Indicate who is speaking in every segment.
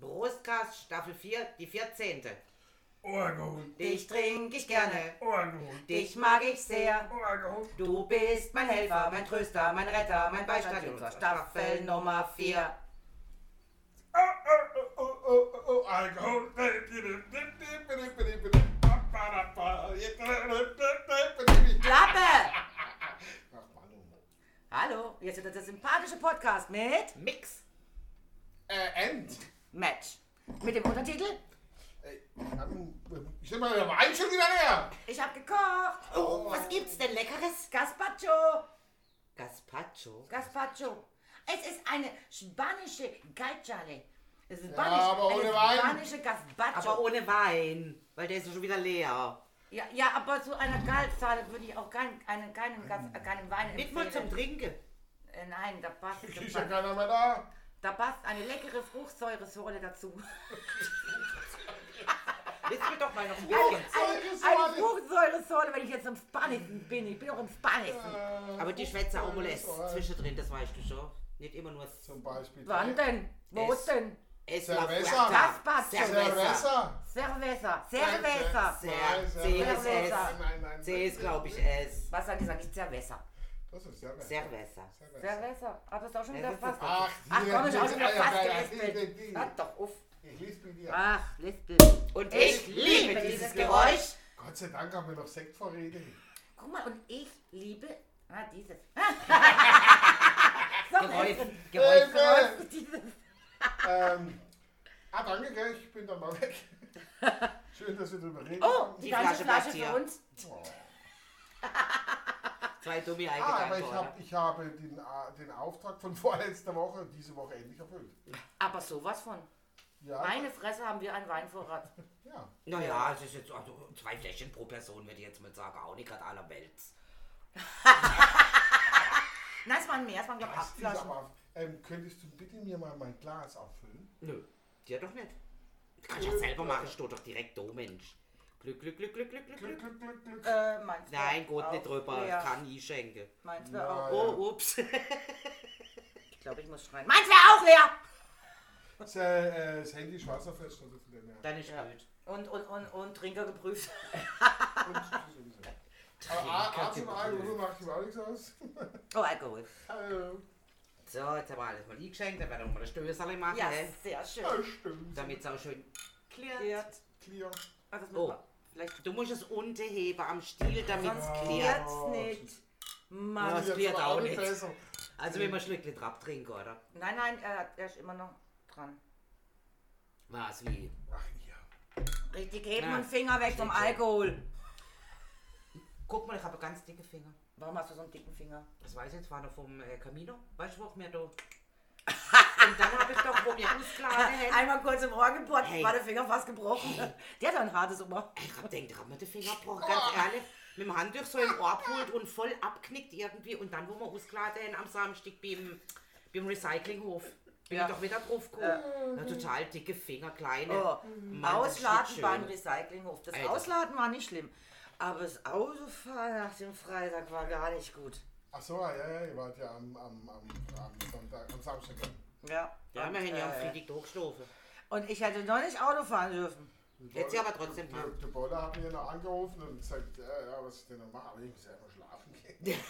Speaker 1: Podcast, Staffel 4, die 14.
Speaker 2: Ohrgut,
Speaker 1: Dich trinke ich gerne,
Speaker 2: Ohrgut,
Speaker 1: dich mag ich sehr.
Speaker 2: Ohrgut.
Speaker 1: Du bist mein Helfer, mein Tröster, mein Retter, mein Beistand in unserer Staffel Nummer 4.
Speaker 2: Oh, oh, oh, oh, oh, oh, Alkohol.
Speaker 3: Klappe!
Speaker 2: Ach, Mann,
Speaker 3: Hallo, jetzt wird das der sympathische Podcast mit
Speaker 1: Mix,
Speaker 2: Äh, End.
Speaker 3: Match. Mit dem Untertitel
Speaker 2: Ey, Mann, Ich nehme mal Wein schon wieder leer.
Speaker 3: Ich hab gekocht.
Speaker 1: Oh, was gibt's denn Leckeres?
Speaker 3: Gazpacho.
Speaker 1: Gazpacho.
Speaker 3: Gazpacho. Es ist eine spanische Gaichale. Es ist
Speaker 2: aber ohne Wein.
Speaker 3: eine
Speaker 2: oh-
Speaker 3: spanische Gazpacho.
Speaker 1: Aber ohne Wein, weil der ist ja schon wieder leer.
Speaker 3: ja, ja, aber zu einer Galzale würde ich auch keinen, einen, keinen, Gas,
Speaker 2: Hm.
Speaker 3: äh, keinen Wein empfehlen.
Speaker 1: Nicht mal zum Trinken.
Speaker 3: Äh, Nein, da passt,
Speaker 2: Ist
Speaker 3: da,
Speaker 2: ja
Speaker 3: passt,
Speaker 2: keiner mehr da.
Speaker 3: da passt eine leckere Fruchtsäuresohle dazu.
Speaker 1: Wissen wir doch mal noch ein bisschen.
Speaker 3: Eine, eine Fruchtsäuresohle, wenn ich jetzt im Spanischen bin. Ich bin auch im
Speaker 1: Äh,
Speaker 3: Spanischen.
Speaker 2: Äh,
Speaker 1: Aber die Schwätzer auch mal ist zwischendrin, das weißt du schon. Nicht immer nur
Speaker 2: Zum Beispiel.
Speaker 3: Wann denn? Wo
Speaker 1: äh, Es-
Speaker 3: denn?
Speaker 1: es
Speaker 2: Cerveza.
Speaker 3: Gazpacho.
Speaker 1: Cerveza.
Speaker 2: Cerveza.
Speaker 3: Cerveza. Cerveza.
Speaker 1: Cer-
Speaker 3: Cerveza.
Speaker 1: Cerveza.
Speaker 2: Nein, nein.
Speaker 1: C ist, glaube ich, S.
Speaker 3: Was hat gesagt? Nicht Cerveza.
Speaker 2: Das ist Cerveza.
Speaker 1: Cerveza.
Speaker 2: Cerveza.
Speaker 3: Cerveza. Aber ist auch schon
Speaker 1: Ja,
Speaker 3: wieder
Speaker 1: das ist
Speaker 3: fast.
Speaker 1: das.
Speaker 2: Ach,
Speaker 3: Ach
Speaker 2: hier,
Speaker 3: komm, ich
Speaker 2: hier,
Speaker 3: auch schon wieder
Speaker 2: ja, ja,
Speaker 3: fast Ah.
Speaker 2: ja, die, die,
Speaker 3: gerispelt.
Speaker 2: die.
Speaker 3: Hört doch auf.
Speaker 2: Ich lese bei dir.
Speaker 3: Ach, Lispel.
Speaker 1: Und ich liebe dieses Geräusch.
Speaker 2: Gott sei Dank haben wir noch Sektvorräte.
Speaker 3: Guck mal, und ich liebe. Ah, dieses.
Speaker 1: Geräusch. Ähm,
Speaker 3: so,
Speaker 1: Geräusch.
Speaker 2: Hilfe!
Speaker 3: dieses.
Speaker 2: Ähm, ah, danke, gell, ich bin dann mal weg. Schön, dass wir drüber reden.
Speaker 3: Oh, die,
Speaker 1: Die Flasche
Speaker 3: ganze
Speaker 1: bleibt
Speaker 3: Flasche
Speaker 1: hier.
Speaker 3: für uns.
Speaker 1: Zwei dumme
Speaker 2: ah,
Speaker 1: Eigedanken.
Speaker 2: aber ich, hab, ich habe den, A- den Auftrag von vorletzter Woche diese Woche endlich erfüllt.
Speaker 3: Aber sowas von.
Speaker 2: Ja,
Speaker 3: Meine Fresse haben wir einen Weinvorrat.
Speaker 2: ja.
Speaker 1: Naja, es ist jetzt also zwei Fläschchen pro Person, würde ich jetzt mal sagen. Auch nicht gerade aller Welt.
Speaker 3: Nein, es waren mehr, es waren glaube ich
Speaker 2: Das
Speaker 3: acht
Speaker 2: ist
Speaker 3: Flaschen.
Speaker 2: aber, ähm, könntest du bitte mir mal mein Glas auffüllen?
Speaker 1: Nö, dir doch nicht. Kannst ja selber machen, steh doch direkt da, Mensch. Glück, Glück, Glück, Glück, Glück, Glück.
Speaker 2: Glück, Glück, Glück, Glück.
Speaker 3: Äh, meins war
Speaker 1: Nein, gut,
Speaker 3: auch
Speaker 1: nicht drüber.
Speaker 3: leer.
Speaker 1: Kann ich schenken.
Speaker 3: Meins wäre auch.
Speaker 2: Nein.
Speaker 1: Oh, ups.
Speaker 3: Ich glaube, ich muss schreien. Meins wäre auch leer!
Speaker 2: Das, äh, das Handy ist wasserfest. Also von dem her.
Speaker 1: Dann ist gut.
Speaker 3: Und, und, und, und Trinker geprüft.
Speaker 2: Und tschüss, sowieso. Aber äh, A- Arzt und Alkohol macht ihm auch nichts aus. Äh,
Speaker 3: Oh, Alkohol.
Speaker 2: Hallo.
Speaker 1: So, jetzt haben wir alles mal eingeschenkt. Dann werden wir mal ein Stößerle machen.
Speaker 3: Ja,
Speaker 1: hä?
Speaker 3: sehr schön.
Speaker 2: Ja, stimmt.
Speaker 1: Damit es auch schön klärt.
Speaker 3: Klärt.
Speaker 2: Clear.
Speaker 3: Ah, das müssen
Speaker 1: Oh.
Speaker 3: wir vielleicht.
Speaker 1: Du musst es unterheben am Stiel, damit es
Speaker 3: Sonst
Speaker 1: klärt.
Speaker 3: klärt's
Speaker 2: Oh,
Speaker 3: nicht.
Speaker 1: Ja,
Speaker 3: Mann.
Speaker 1: das
Speaker 2: Jetzt
Speaker 1: klärt
Speaker 2: aber
Speaker 1: auch nicht.
Speaker 2: besser.
Speaker 1: Also wenn wir Schlückchen drauf trinken, oder?
Speaker 3: Nein, nein, er, hat- er ist immer noch dran.
Speaker 1: Was, wie?
Speaker 2: Ach ja.
Speaker 3: Richtig, heb
Speaker 1: Na,
Speaker 3: mal den Finger weg vom Alkohol.
Speaker 1: Guck mal, ich habe ganz dicke Finger.
Speaker 3: Warum hast du so einen dicken Finger?
Speaker 1: Das weiß ich jetzt, war noch vom äh, Camino. Weißt du, wo ich mir da... Und dann habe ich doch, wo mir ausgeladen hätte.
Speaker 3: Einmal kurz im Ohr gebohrt,
Speaker 1: Ah, Hey.
Speaker 3: war der Finger fast gebrochen. Der hat doch ein hartes Ohr.
Speaker 1: Ich hab gedacht, ich hab mir den Finger gebrochen, ganz ehrlich. Mit dem Handtuch so im Ohr pult und voll abknickt irgendwie. Und dann, wo wir ausgeladen haben, am Samstag beim, beim Recyclinghof, bin
Speaker 3: Ja.
Speaker 1: ich doch wieder drauf gekommen. Na, total dicke Finger, kleine.
Speaker 3: Oh.
Speaker 1: Mann, das ist
Speaker 3: Ausladen
Speaker 1: nicht schön.
Speaker 3: beim Recyclinghof. Das
Speaker 1: Alter.
Speaker 3: Ausladen war nicht schlimm. Aber das Autofahren nach dem Freitag war gar nicht gut.
Speaker 2: Ach so, ah, ja, ja, ihr wart ja am, am, am, am Sonntag, am Samstag.
Speaker 3: Ja.
Speaker 1: Ja, wir haben ja am
Speaker 3: äh,
Speaker 1: Freitag durchgeschlafen.
Speaker 3: Und ich hätte noch nicht Auto fahren dürfen.
Speaker 1: Jetzt ja aber trotzdem
Speaker 2: Der,
Speaker 1: mal.
Speaker 2: der Boller hat mir noch angerufen und gesagt, ja, ja, was ich denn noch mache, aber ich muss ja immer schlafen gehen.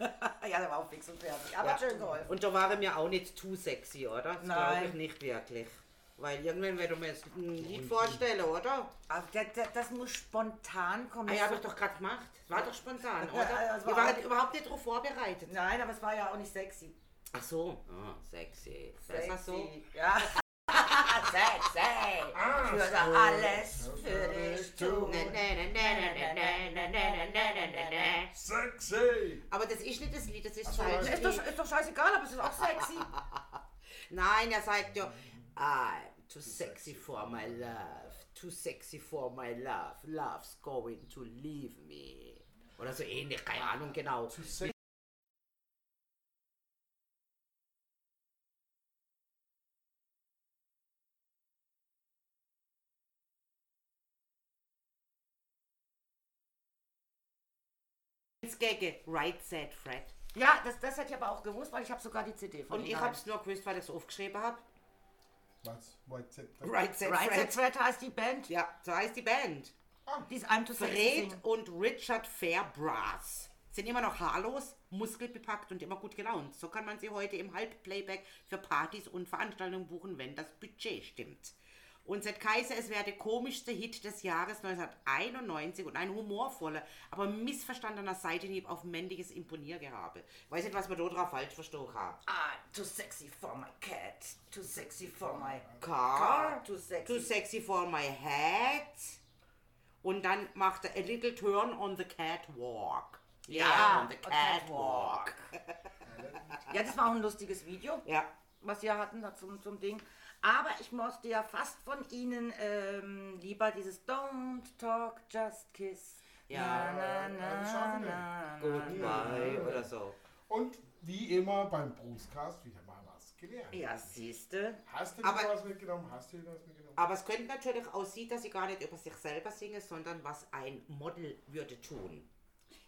Speaker 3: ja, der war auch fix und fertig. Aber
Speaker 1: Ja.
Speaker 3: schön geholfen.
Speaker 1: Und da waren wir auch nicht zu sexy, oder? Das glaube ich
Speaker 3: Nein.
Speaker 1: nicht wirklich. Weil irgendwann werde ich mir jetzt ein Lied vorstellen, oder?
Speaker 3: Aber das, das, das muss spontan kommen.
Speaker 1: Ah, ja, habe ich
Speaker 3: So-
Speaker 1: doch gerade gemacht. Das war doch spontan,
Speaker 3: Also- Ja,
Speaker 1: oder?
Speaker 3: ja, das war halt-
Speaker 1: Wir waren
Speaker 3: auch-
Speaker 1: überhaupt nicht darauf vorbereitet.
Speaker 3: Nein, aber es war ja auch nicht sexy.
Speaker 1: Ach so. Ah, sexy. Besser
Speaker 3: sexy.
Speaker 1: so.
Speaker 3: Ja. sexy. Ich würde alles für dich tun.
Speaker 1: Nee, nee, nee, nee, nee, nee, nee, nee, nee, nee, nee, nee, nee.
Speaker 2: Sexy!
Speaker 1: ne, Aber das ist nicht das Lied, das ist
Speaker 2: so,
Speaker 1: sein
Speaker 2: das
Speaker 3: Ist doch,
Speaker 1: Lied.
Speaker 3: ist doch scheißegal, aber es ist auch sexy.
Speaker 1: Nein, er sagt ja, I'm too sexy for my love, too sexy for my love, love's going to leave me. Oder so ähnlich, keine Ahnung genau.
Speaker 2: sexy.
Speaker 1: Gagge, Right Said Fred.
Speaker 3: Ja, das, das hätte ich aber auch gewusst, weil ich habe sogar die CD von
Speaker 1: Und
Speaker 3: ihm
Speaker 1: ich
Speaker 3: daheim.
Speaker 1: hab's nur gewusst, weil ich es aufgeschrieben hab.
Speaker 2: Was? White Z.
Speaker 1: Right Said
Speaker 3: Right Said
Speaker 1: Fred.
Speaker 3: Fred heißt die Band.
Speaker 1: Ja, so heißt die Band.
Speaker 3: Die ist I'm to
Speaker 1: Fred
Speaker 3: Sing.
Speaker 1: und Richard Fairbrass sind immer noch haarlos, muskelbepackt und immer gut gelaunt. So kann man sie heute im Halbplayback für Partys und Veranstaltungen buchen, wenn das Budget stimmt. Und seit Kaiser es wäre der komischste Hit des Jahres 1991 und ein humorvoller, aber missverstandener Seitenhieb auf männliches Imponiergehabe. Weiß nicht, was man da drauf falsch verstanden hat.
Speaker 4: Ah, too sexy for my cat. Too sexy for my
Speaker 1: Car,
Speaker 4: Too sexy.
Speaker 1: too sexy for my head. Und dann macht er a little turn on the catwalk. Ja, on the catwalk.
Speaker 3: Ja, das war auch ein lustiges Video,
Speaker 1: Ja,
Speaker 3: was wir hatten da zum, zum Ding. Aber ich mochte ja fast von Ihnen ähm, lieber dieses Don't talk, just kiss.
Speaker 1: Ja.
Speaker 3: Na,
Speaker 2: Äh, Das ist scharf, ne?
Speaker 1: goodbye oder so.
Speaker 2: Und wie immer beim Brustcast wieder mal was gelernt.
Speaker 3: Ja, siehste.
Speaker 2: Hast du
Speaker 1: Aber-
Speaker 2: wieder was mitgenommen? Hast du wieder was mitgenommen?
Speaker 1: Aber es könnte natürlich auch sein, dass sie gar nicht über sich selber singen, sondern was ein Model würde tun.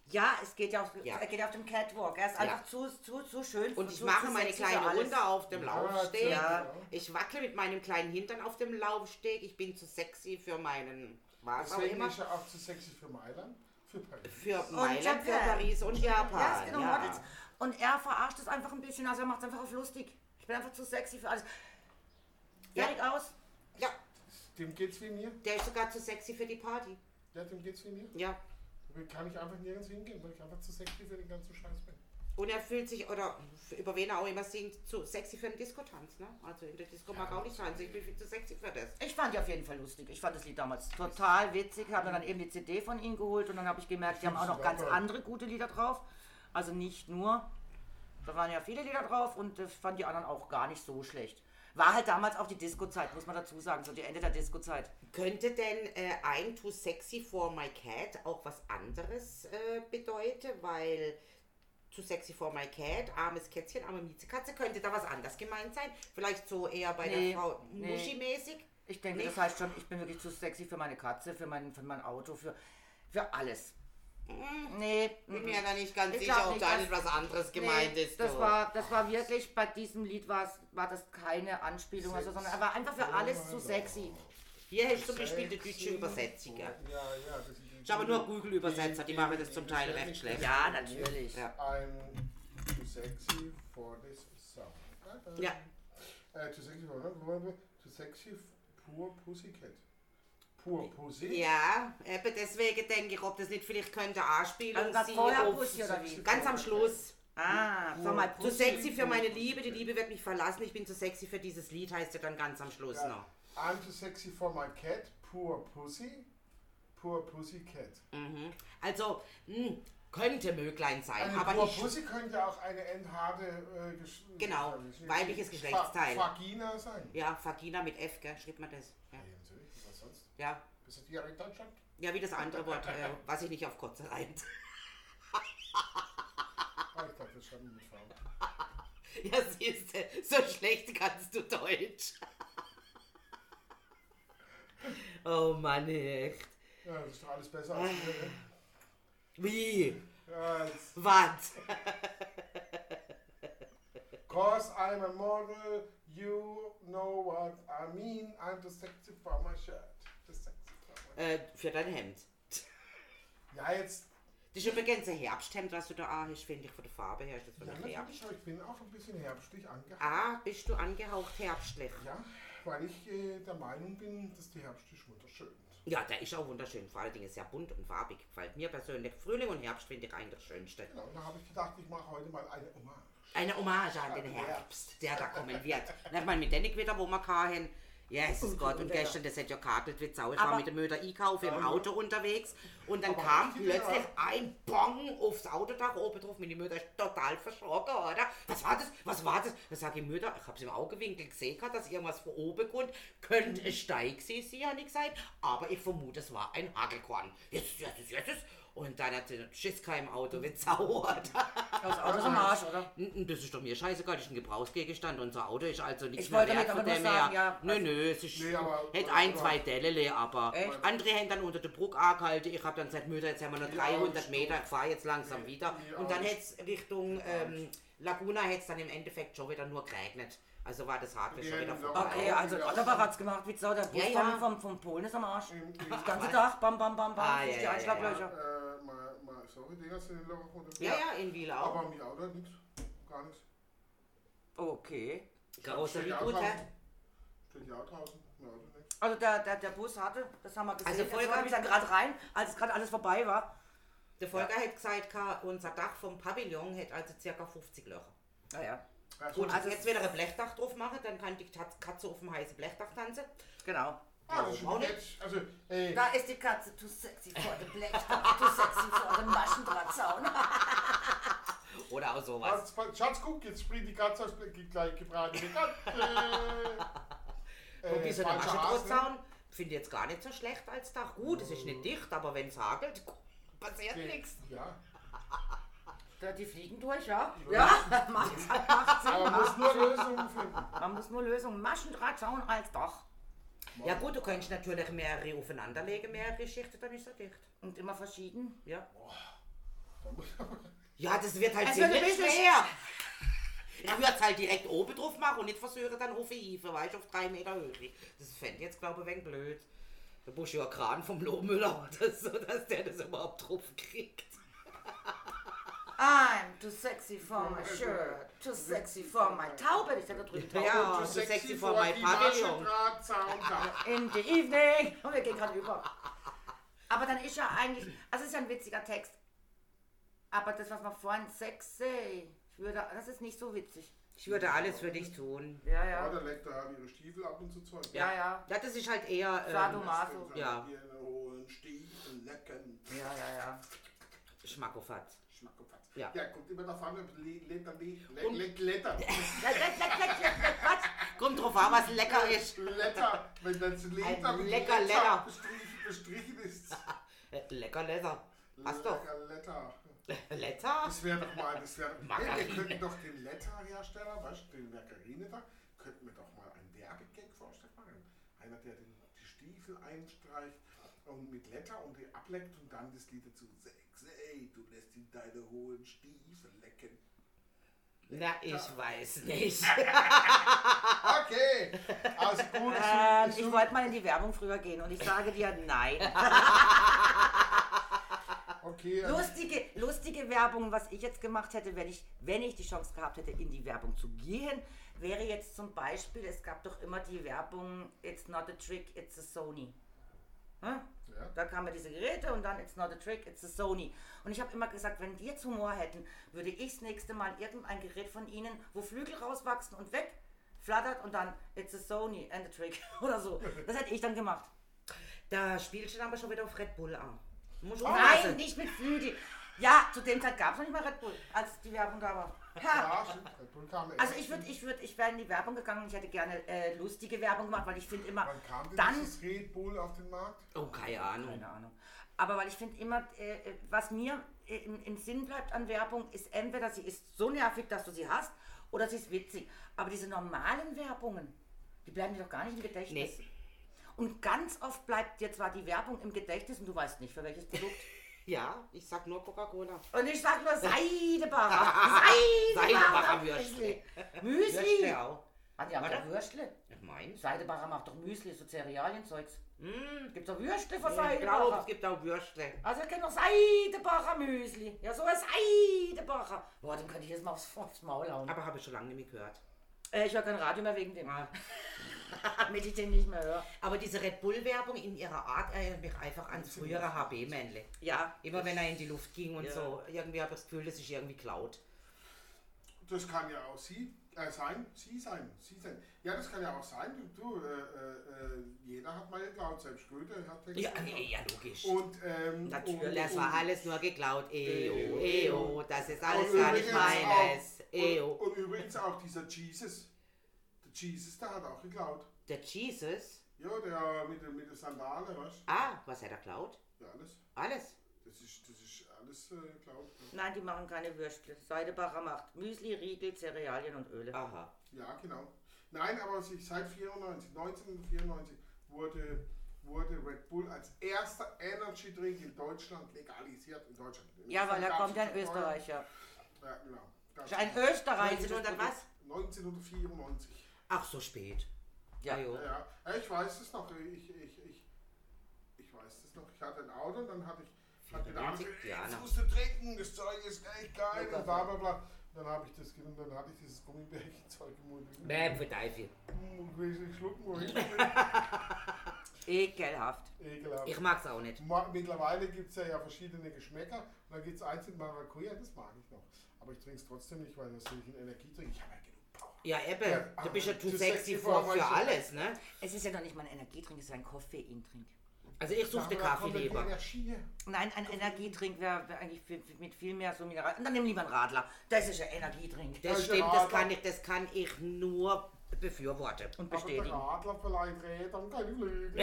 Speaker 3: Ja, es geht ja auf,
Speaker 1: Ja.
Speaker 3: Er geht auf dem Catwalk. Er ist einfach zu, zu, zu schön.
Speaker 1: Und ich
Speaker 3: zu,
Speaker 1: mache
Speaker 3: zu
Speaker 1: meine
Speaker 3: sexy für
Speaker 1: kleine
Speaker 3: alles.
Speaker 1: Runde auf dem Laufsteg.
Speaker 2: ja.
Speaker 1: Ich wackle mit meinem kleinen Hintern auf dem Laufsteg. Ich bin zu sexy für meinen, was auch
Speaker 2: Deswegen
Speaker 1: immer.
Speaker 2: ist er auch zu sexy für Mailand, für Paris.
Speaker 1: Für Mailand, für
Speaker 3: Japan.
Speaker 1: Paris und Japan.
Speaker 3: Ja, es geht um
Speaker 1: ja.
Speaker 3: Models. Und er verarscht es einfach ein bisschen, also er macht es einfach auf lustig. Ich bin einfach zu sexy für alles.
Speaker 1: Ja.
Speaker 3: Fertig aus.
Speaker 1: Ja,
Speaker 2: Dem geht's wie mir.
Speaker 1: der ist sogar zu sexy für die Party.
Speaker 2: Ja, dem geht's wie mir.
Speaker 1: Ja.
Speaker 2: Kann ich einfach nirgends hingehen, weil ich einfach zu sexy für den ganzen Scheiß bin.
Speaker 1: Und er fühlt sich, oder über wen er auch immer singt, zu sexy für einen Disco-Tanz, ne? Also in der Disco mag er auch nicht tanzen, ich bin viel zu sexy für das.
Speaker 3: Ich fand die auf jeden Fall lustig. Ich fand das Lied damals total witzig. Habe dann eben die CD von ihnen geholt und dann habe ich gemerkt, die haben auch noch ganz andere gute Lieder drauf. Also nicht nur. Da waren ja viele Lieder drauf und das fand die anderen auch gar nicht so schlecht. War halt damals auch die Disco-Zeit, muss man dazu sagen, so die Ende der Disco-Zeit.
Speaker 1: Könnte denn äh, ein Too Sexy for My Cat auch was anderes äh, bedeuten? Weil Too Sexy for My Cat, armes Kätzchen, arme Miezekatze, könnte da was anders gemeint sein? Vielleicht so eher bei
Speaker 3: Nee,
Speaker 1: der Frau
Speaker 3: nee.
Speaker 1: Muschi-mäßig?
Speaker 3: Ich denke, das
Speaker 1: Nicht?
Speaker 3: heißt schon, ich bin wirklich zu sexy für meine Katze, für mein, für mein Auto, für, für alles. Nee,
Speaker 1: Bin
Speaker 3: mhm.
Speaker 1: mir da nicht ganz
Speaker 3: Ich glaub
Speaker 1: sicher, ob
Speaker 3: nicht,
Speaker 1: da
Speaker 3: dass-
Speaker 1: nicht was anderes gemeint
Speaker 3: Nee,
Speaker 1: ist.
Speaker 3: Das
Speaker 1: du.
Speaker 3: war, das war wirklich, bei diesem Lied war's, war das keine Anspielung, oder so,
Speaker 1: also
Speaker 3: sondern er war einfach für alles zu sexy.
Speaker 1: Hier hast du zum Beispiel die
Speaker 2: Oh Sexy
Speaker 1: deutsche Übersetzung.
Speaker 2: Ja, ja. Das sind die-
Speaker 1: Ich habe nur Google-Übersetzer, die machen das zum Teil recht schlecht.
Speaker 3: Ja, natürlich.
Speaker 1: Ja.
Speaker 2: I'm too sexy for this song.
Speaker 1: Ja.
Speaker 2: Äh, too sexy for Too sexy f- poor pussycat. Poor pussy.
Speaker 1: Ja, eben deswegen denke ich, ob das nicht vielleicht könnte Anspielung
Speaker 3: Also das
Speaker 1: sein.
Speaker 3: vorher
Speaker 1: auf-
Speaker 3: Pussy oder wie?
Speaker 1: Ganz am Schluss.
Speaker 3: Ah, sag mal,
Speaker 1: Zu
Speaker 3: Pussy.
Speaker 1: sexy für meine Liebe, die Liebe wird mich verlassen, ich bin zu sexy für dieses Lied, heißt ja dann ganz am Schluss noch.
Speaker 2: I'm too sexy for my cat. Poor pussy. Poor pussycat.
Speaker 1: Also, mh, könnte Möglein sein,
Speaker 3: Ähm,
Speaker 2: Eine
Speaker 1: aber
Speaker 2: poor
Speaker 1: ich.
Speaker 2: pussy könnte auch eine endharte äh, Gesch
Speaker 1: Genau,
Speaker 2: äh,
Speaker 1: weibliches Geschlechtsteil.
Speaker 2: Va Vagina sein.
Speaker 1: Ja, Vagina mit F, gell, schrieb man das. Ja.
Speaker 2: Ja, natürlich, was sonst?
Speaker 1: ja.
Speaker 2: Bist du direkt in Deutschland?
Speaker 1: Ja, wie das andere Wort, äh, was ich nicht auf Kotze reimt.
Speaker 2: Ah, ich dachte, das schreibt man mit Frauen.
Speaker 1: Ja, siehst du, so schlecht kannst du Deutsch. Oh Mann, echt.
Speaker 2: Ja, das ist doch alles besser als hier, ne?
Speaker 1: Wie?
Speaker 2: Ja, jetzt-
Speaker 1: Was?
Speaker 2: Cause I'm a model, you know what I mean. I'm the sexy for my shirt. The sexy for my
Speaker 1: Äh, für dein Hemd.
Speaker 2: Ja, jetzt.
Speaker 1: Das ist übrigens ein Herbsthemd, was du da an hast, finde ich, von der Farbe her. Ist das von
Speaker 2: Ja,
Speaker 1: der Herbst?
Speaker 2: natürlich, aber ich bin auch ein bisschen herbstlich angehaucht.
Speaker 1: Ah, bist du angehaucht herbstlich?
Speaker 2: Ja, weil ich äh, der Meinung bin, dass die Herbstlich wunderschön ist.
Speaker 1: Ja, der ist auch wunderschön. Vor allen Dingen sehr bunt und farbig. Gefällt mir persönlich. Frühling und Herbst finde ich eigentlich das Schönste.
Speaker 2: Genau, und da habe ich gedacht, ich mache heute mal eine Hommage.
Speaker 1: Eine Hommage an den Herbst, der da kommen wird. Nicht mal mit Dennig wieder, wo wir kamen. Jesus Gott, und gestern, das hat ja kartelt wie Sau. Ich war
Speaker 3: Aber-
Speaker 1: mit dem Möder einkaufen im Auto unterwegs und dann
Speaker 2: Aber
Speaker 1: kam
Speaker 2: ich bin ja-
Speaker 1: plötzlich ein Bong aufs Autodach oben drauf. Meine Mutter ist total verschrocken, oder? Was war das? Was war das? Da sage ich, Mutter, ich hab's im Augenwinkel gesehen, gehabt, dass irgendwas von oben kommt. Könnte ein Steig sein, sie hat nicht gesagt, aber ich vermute, es war ein Hagelkorn. Jetzt, jetzt, jetzt, jetzt. Und dann hat sie noch Schiss im Auto wie Sau, oder?
Speaker 3: Das Auto ist am Arsch, oder?
Speaker 1: N- n- Das ist doch mir scheißegal, das ist ein Gebrauchsgegenstand. Unser Auto ist also nichts
Speaker 3: Ich
Speaker 1: mehr
Speaker 3: wollte
Speaker 1: wert
Speaker 3: damit
Speaker 1: von
Speaker 3: aber
Speaker 1: dem
Speaker 3: nur
Speaker 1: her.
Speaker 3: sagen, ja, also
Speaker 1: nö, nö, es ist,
Speaker 2: Nee, aber-
Speaker 1: hätte ein,
Speaker 2: aber-
Speaker 1: zwei Dellele, aber
Speaker 3: Echt?
Speaker 1: andere haben dann unter der Brücke angehalten. Ich habe dann gesagt, Mütter, jetzt haben wir noch
Speaker 2: Ja,
Speaker 1: 300
Speaker 2: stimmt.
Speaker 1: Meter, ich fahre jetzt langsam wieder.
Speaker 2: ja,
Speaker 1: Und dann
Speaker 2: stimmt.
Speaker 1: hätte es Richtung ähm, Laguna hätte es dann im Endeffekt schon wieder nur geregnet. Also war das Hardware
Speaker 2: Wir
Speaker 1: schon wieder
Speaker 2: hätten noch-
Speaker 1: vorbei.
Speaker 3: Okay, also Oliver hat's gemacht wie Sau. Der Bus
Speaker 1: Ja, ja.
Speaker 3: Vom, vom, vom Polen ist am Arsch.
Speaker 2: Im, im,
Speaker 3: Den ganzen Tag, bam, bam, bam, bam,
Speaker 1: Ah,
Speaker 3: durch
Speaker 1: ja, ja,
Speaker 3: die
Speaker 1: ja,
Speaker 3: Einschlaglöcher.
Speaker 2: äh, mal, mal, sorry, Digga, sind die Loch runter.
Speaker 1: Ja, ja, in Wiel auch.
Speaker 2: Aber mir auch da nichts. Gar nichts.
Speaker 3: Okay.
Speaker 1: Karosserie
Speaker 2: Steht ja
Speaker 1: gut,
Speaker 2: auch
Speaker 1: hä?
Speaker 2: draußen. Steht ja auch draußen. Mir auch da nichts.
Speaker 3: Also der, der, der Bus hatte, das haben wir gesehen,
Speaker 1: Also
Speaker 3: also
Speaker 1: Volker-
Speaker 3: Volker mich dann gerade rein, als es gerade alles vorbei war.
Speaker 1: Der Volker hat gesagt, ka- unser Dach vom Pavillon hat also circa 50 Löcher.
Speaker 3: Naja,
Speaker 2: Ach so,
Speaker 1: Und also
Speaker 2: das-
Speaker 1: jetzt wieder ein Blechdach drauf machen, dann kann die Tat- Katze auf dem heißen Blechdach tanzen.
Speaker 3: genau.
Speaker 2: Ah, das ist schon
Speaker 1: Auch nicht.
Speaker 2: jetzt. Also, ey,
Speaker 4: Da ist die Katze too sexy for the Black, too sexy for the Maschendrahtzaun.
Speaker 1: Oder auch sowas.
Speaker 2: Schatz, Schatz, guck, jetzt springt die Katze aus, gibt gleich gebratene Katze.
Speaker 1: Und wie so eine
Speaker 2: falscher
Speaker 1: Maschendrahtzaun finde ich jetzt gar nicht so schlecht als Dach. Gut, es ist nicht dicht, aber wenn es hagelt, passiert
Speaker 2: Hasen.
Speaker 1: nichts.
Speaker 2: Ja.
Speaker 3: Da, die fliegen durch, ja?
Speaker 2: Ja.
Speaker 3: macht, macht Sinn.
Speaker 2: Aber muss nur Lösungen finden.
Speaker 3: Man muss nur Lösungen. Maschendrahtzaun als Dach.
Speaker 1: Ja gut, du könntest natürlich mehrere aufeinanderlegen, mehrere Schichten, dann ist er dicht.
Speaker 3: Und immer verschieden.
Speaker 1: Ja,
Speaker 2: Da muss-
Speaker 1: ja das wird halt
Speaker 3: Es
Speaker 1: ziemlich
Speaker 3: wird ein bisschen-
Speaker 1: schwer. Ich würde es halt direkt oben drauf machen und nicht versuchen, dann auf die Hefe, weißt du, auf drei Meter Höhe. Das fände ich jetzt, glaube ich, ein wenig blöd. Da brauchst du ja einen Kran vom Lohmüller oder so, dass der das überhaupt drauf kriegt.
Speaker 4: I'm too sexy for my shirt, too sexy for my Taube. Ich hab da drüben Taube.
Speaker 1: Ja,
Speaker 2: Zu
Speaker 1: so sexy vor mein Pavillon.
Speaker 2: Maschendrahtzaun da.
Speaker 3: In the evening. Und wir gehen gerade über. Aber dann ist ja eigentlich, also es ist ja ein witziger Text. Aber das, was wir vorhin sexy, ich würde, das ist nicht so witzig.
Speaker 1: Ich würde alles für dich tun.
Speaker 3: Ja,
Speaker 2: Ja,
Speaker 3: ja.
Speaker 2: der leckt da ihre Stiefel ab und so Zeug.
Speaker 3: Ja, ja.
Speaker 1: Ja, das ist halt eher ähm,
Speaker 3: Sadomaso.
Speaker 1: Ja.
Speaker 2: Birne holen, Stiefel lecken.
Speaker 3: Ja, ja, ja.
Speaker 1: Schmackofatz.
Speaker 2: Schmackofatz.
Speaker 1: Ja.
Speaker 2: Ja, guckt immer da vorne, letter,
Speaker 1: Und-
Speaker 2: letter,
Speaker 3: Leck, leck, leck, leck, leck. Was?
Speaker 1: Kommt drauf an, was lecker ist.
Speaker 2: letter. Wenn das letter mit
Speaker 1: lecker Letter.
Speaker 2: bestrichen, bestrichen ist.
Speaker 1: Äh, Lecker Lecker. Hast du?
Speaker 2: Lecker letter.
Speaker 1: Letter?
Speaker 2: Das wäre doch mal, das wäre. Hey,
Speaker 1: Margarine.
Speaker 2: wir könnten doch den Letter-Hersteller, weißt du, den Margarine da, könnten wir doch mal einen Werbegag vorstellen. machen. Einer, der den, die Stiefel einstreicht und mit Letter und die ableckt und dann das Lied dazu. Sex, ey, du lässt ihn deine hohen Stiefel lecken.
Speaker 1: Na, ich weiß nicht.
Speaker 2: Okay, also gut.
Speaker 3: Ähm,
Speaker 2: ich-
Speaker 3: ich
Speaker 2: ich-
Speaker 3: wollte mal in die Werbung früher gehen und ich sage dir nein.
Speaker 2: Okay, also
Speaker 3: Lustige, lustige Werbung, was ich jetzt gemacht hätte, wenn ich, wenn ich die Chance gehabt hätte, in die Werbung zu gehen, wäre jetzt zum Beispiel, es gab doch immer die Werbung, it's not a trick, it's a Sony. Hm?
Speaker 2: Ja.
Speaker 3: Da kamen diese Geräte und dann it's not a trick, it's a Sony. Und ich habe immer gesagt, wenn die jetzt Humor hätten, würde ich das nächste Mal irgendein Gerät von ihnen, wo Flügel rauswachsen und weg flattert und dann it's a Sony and a trick oder so. Das hätte ich dann gemacht.
Speaker 1: Da spielst du dann aber schon wieder auf Red Bull an. Muss oh,
Speaker 3: Nein, nicht mit Flügel. Ja, zu dem Zeit gab es noch nicht mal Red Bull, als die Werbung da war. Ha.
Speaker 2: ja, stimmt, Red Bull kam ja
Speaker 3: Also
Speaker 2: erst.
Speaker 3: ich würde, ich würde, ich wäre in die Werbung gegangen und ich hätte gerne äh, lustige Werbung gemacht, weil ich finde immer,
Speaker 2: Wann kam denn
Speaker 3: dann,
Speaker 2: dieses Red Bull auf den Markt?
Speaker 1: Oh, keine Ahnung.
Speaker 3: keine Ahnung, aber weil ich finde immer, äh, äh, was mir äh, im, im Sinn bleibt an Werbung, ist entweder sie ist so nervig, dass du sie hast, oder sie ist witzig. Aber diese normalen Werbungen, die bleiben dir doch gar nicht im Gedächtnis.
Speaker 1: Nee.
Speaker 3: Und ganz oft bleibt dir zwar die Werbung im Gedächtnis und du weißt nicht, für welches Produkt.
Speaker 1: Ja, ich sag nur Coca-Cola.
Speaker 3: Und ich sag nur Seidebacher. Seidebacher
Speaker 1: Seidebacher
Speaker 3: Würstle.
Speaker 1: Würstle.
Speaker 3: Müsli.
Speaker 1: Würstle auch.
Speaker 3: Hat ja auch
Speaker 1: Warte.
Speaker 3: doch Würstle.
Speaker 1: Ich mein's?
Speaker 3: Seidebacher macht doch Müsli, so Cerealienzeugs.
Speaker 1: Mm,
Speaker 3: Gibt's doch Würstle von
Speaker 1: ich glaube,
Speaker 3: Seidebacher.
Speaker 1: es gibt auch Würstle.
Speaker 3: Also ich kenne noch Seidebacher Müsli. Ja, so ein Seidebacher. Boah, dem könnte ich jetzt mal aufs, aufs Maul hauen.
Speaker 1: Aber habe ich schon lange nicht mehr gehört.
Speaker 3: Äh, ich höre kein Radio mehr wegen dem. Damit ich den nicht mehr höre.
Speaker 1: Aber diese Red Bull-Werbung in ihrer Art erinnert mich einfach ans frühere HB-Männle.
Speaker 3: Ja.
Speaker 1: Immer wenn er in die Luft ging und
Speaker 3: Ja.
Speaker 1: so. Irgendwie habe ich das Gefühl, das ist irgendwie klaut.
Speaker 2: Das kann ja auch sie äh, sein, sie sein, sie sein. Ja, das kann ja auch sein. Du, du äh, äh, äh, jeder hat mal geklaut, selbst Goethe hat den
Speaker 1: Ja, genau.
Speaker 2: geklaut.
Speaker 1: nee, ja logisch.
Speaker 2: Und ähm,
Speaker 1: Natürlich,
Speaker 2: und,
Speaker 1: das
Speaker 2: und,
Speaker 1: war alles nur geklaut. E
Speaker 2: E
Speaker 1: Eo, eo, das ist alles
Speaker 2: und
Speaker 1: gar nicht
Speaker 2: übrigens
Speaker 1: meines. E
Speaker 2: Auch, und,
Speaker 1: Eo.
Speaker 2: und übrigens auch dieser Jesus. Der Jesus, der hat auch geklaut.
Speaker 1: Der Jesus.
Speaker 2: Ja, der mit, der- mit der Sandale, weißt du?
Speaker 1: Ah, was hat er klaut?
Speaker 2: Ja, alles.
Speaker 1: Alles.
Speaker 2: Das ist, das ist alles äh, geklaut.
Speaker 3: Nein, die machen keine Würstle. Seidebacher macht Müsli, Riegel, Cerealien und Öle.
Speaker 1: Aha.
Speaker 2: Ja, genau. Nein, aber sich seit 94, 1994 wurde, wurde Red Bull als erster Energy Drink in Deutschland legalisiert. In Deutschland. In
Speaker 3: Ja, weil
Speaker 2: Österreich
Speaker 3: er
Speaker 2: gab's
Speaker 3: kommt ja ein
Speaker 2: schon vorher.
Speaker 3: Österreicher.
Speaker 2: Ja, genau. Gab's
Speaker 3: Ist ein
Speaker 2: schon.
Speaker 3: Österreicher.
Speaker 1: 1900 was?
Speaker 2: 1994.
Speaker 1: Ach, so spät.
Speaker 3: Ja.
Speaker 1: jo.
Speaker 2: Ja, Äh. ja, ich weiß es noch. Ich, ich, ich, ich weiß es noch. Ich hatte ein Auto und dann hatte ich hatte gedacht,
Speaker 1: Vierundsiebzig Jahre.
Speaker 2: jetzt musst du trinken, das Zeug ist echt geil
Speaker 3: Ja,
Speaker 2: und bla bla bla. Und dann habe ich das genommen, dann hatte ich dieses Gummibärchenzeug im Mund.
Speaker 1: Bäm, für Teufel.
Speaker 2: Und will ich nicht schlucken, wo ich
Speaker 3: Ekelhaft.
Speaker 2: Ekelhaft.
Speaker 1: Ich mag's auch nicht.
Speaker 2: Ma- Mittlerweile gibt es ja, ja verschiedene Geschmäcker. Und dann gibt es eins in Maracuja, das mag ich noch. Aber ich trinke es trotzdem nicht, weil das nicht in Energie trinke. Ich habe ja genug Power.
Speaker 1: Ja, Apple,
Speaker 2: Ja,
Speaker 1: du bist ja
Speaker 2: aber
Speaker 1: too
Speaker 2: too
Speaker 1: sexy
Speaker 2: sexy
Speaker 1: for,
Speaker 2: for
Speaker 1: für
Speaker 2: manche.
Speaker 1: alles, ne?
Speaker 3: Es ist ja doch nicht mal ein Energietrink, es ist ein Koffeintrink.
Speaker 1: Also ich suchte Kaffeeleber.
Speaker 3: Nein, ein Energietrink wäre wär eigentlich für, für, mit viel mehr so Mineral. Dann nimm lieber einen Radler. Das ist ja Energietrink.
Speaker 2: Ja,
Speaker 1: Das
Speaker 2: ist
Speaker 1: stimmt,
Speaker 2: ja
Speaker 1: das
Speaker 2: Radler.
Speaker 1: kann ich, das kann ich nur befürworten.
Speaker 3: Und
Speaker 2: Bestätigen.
Speaker 3: bestätigen.
Speaker 2: Aber der Adler verleiht Rädern keine Flügel.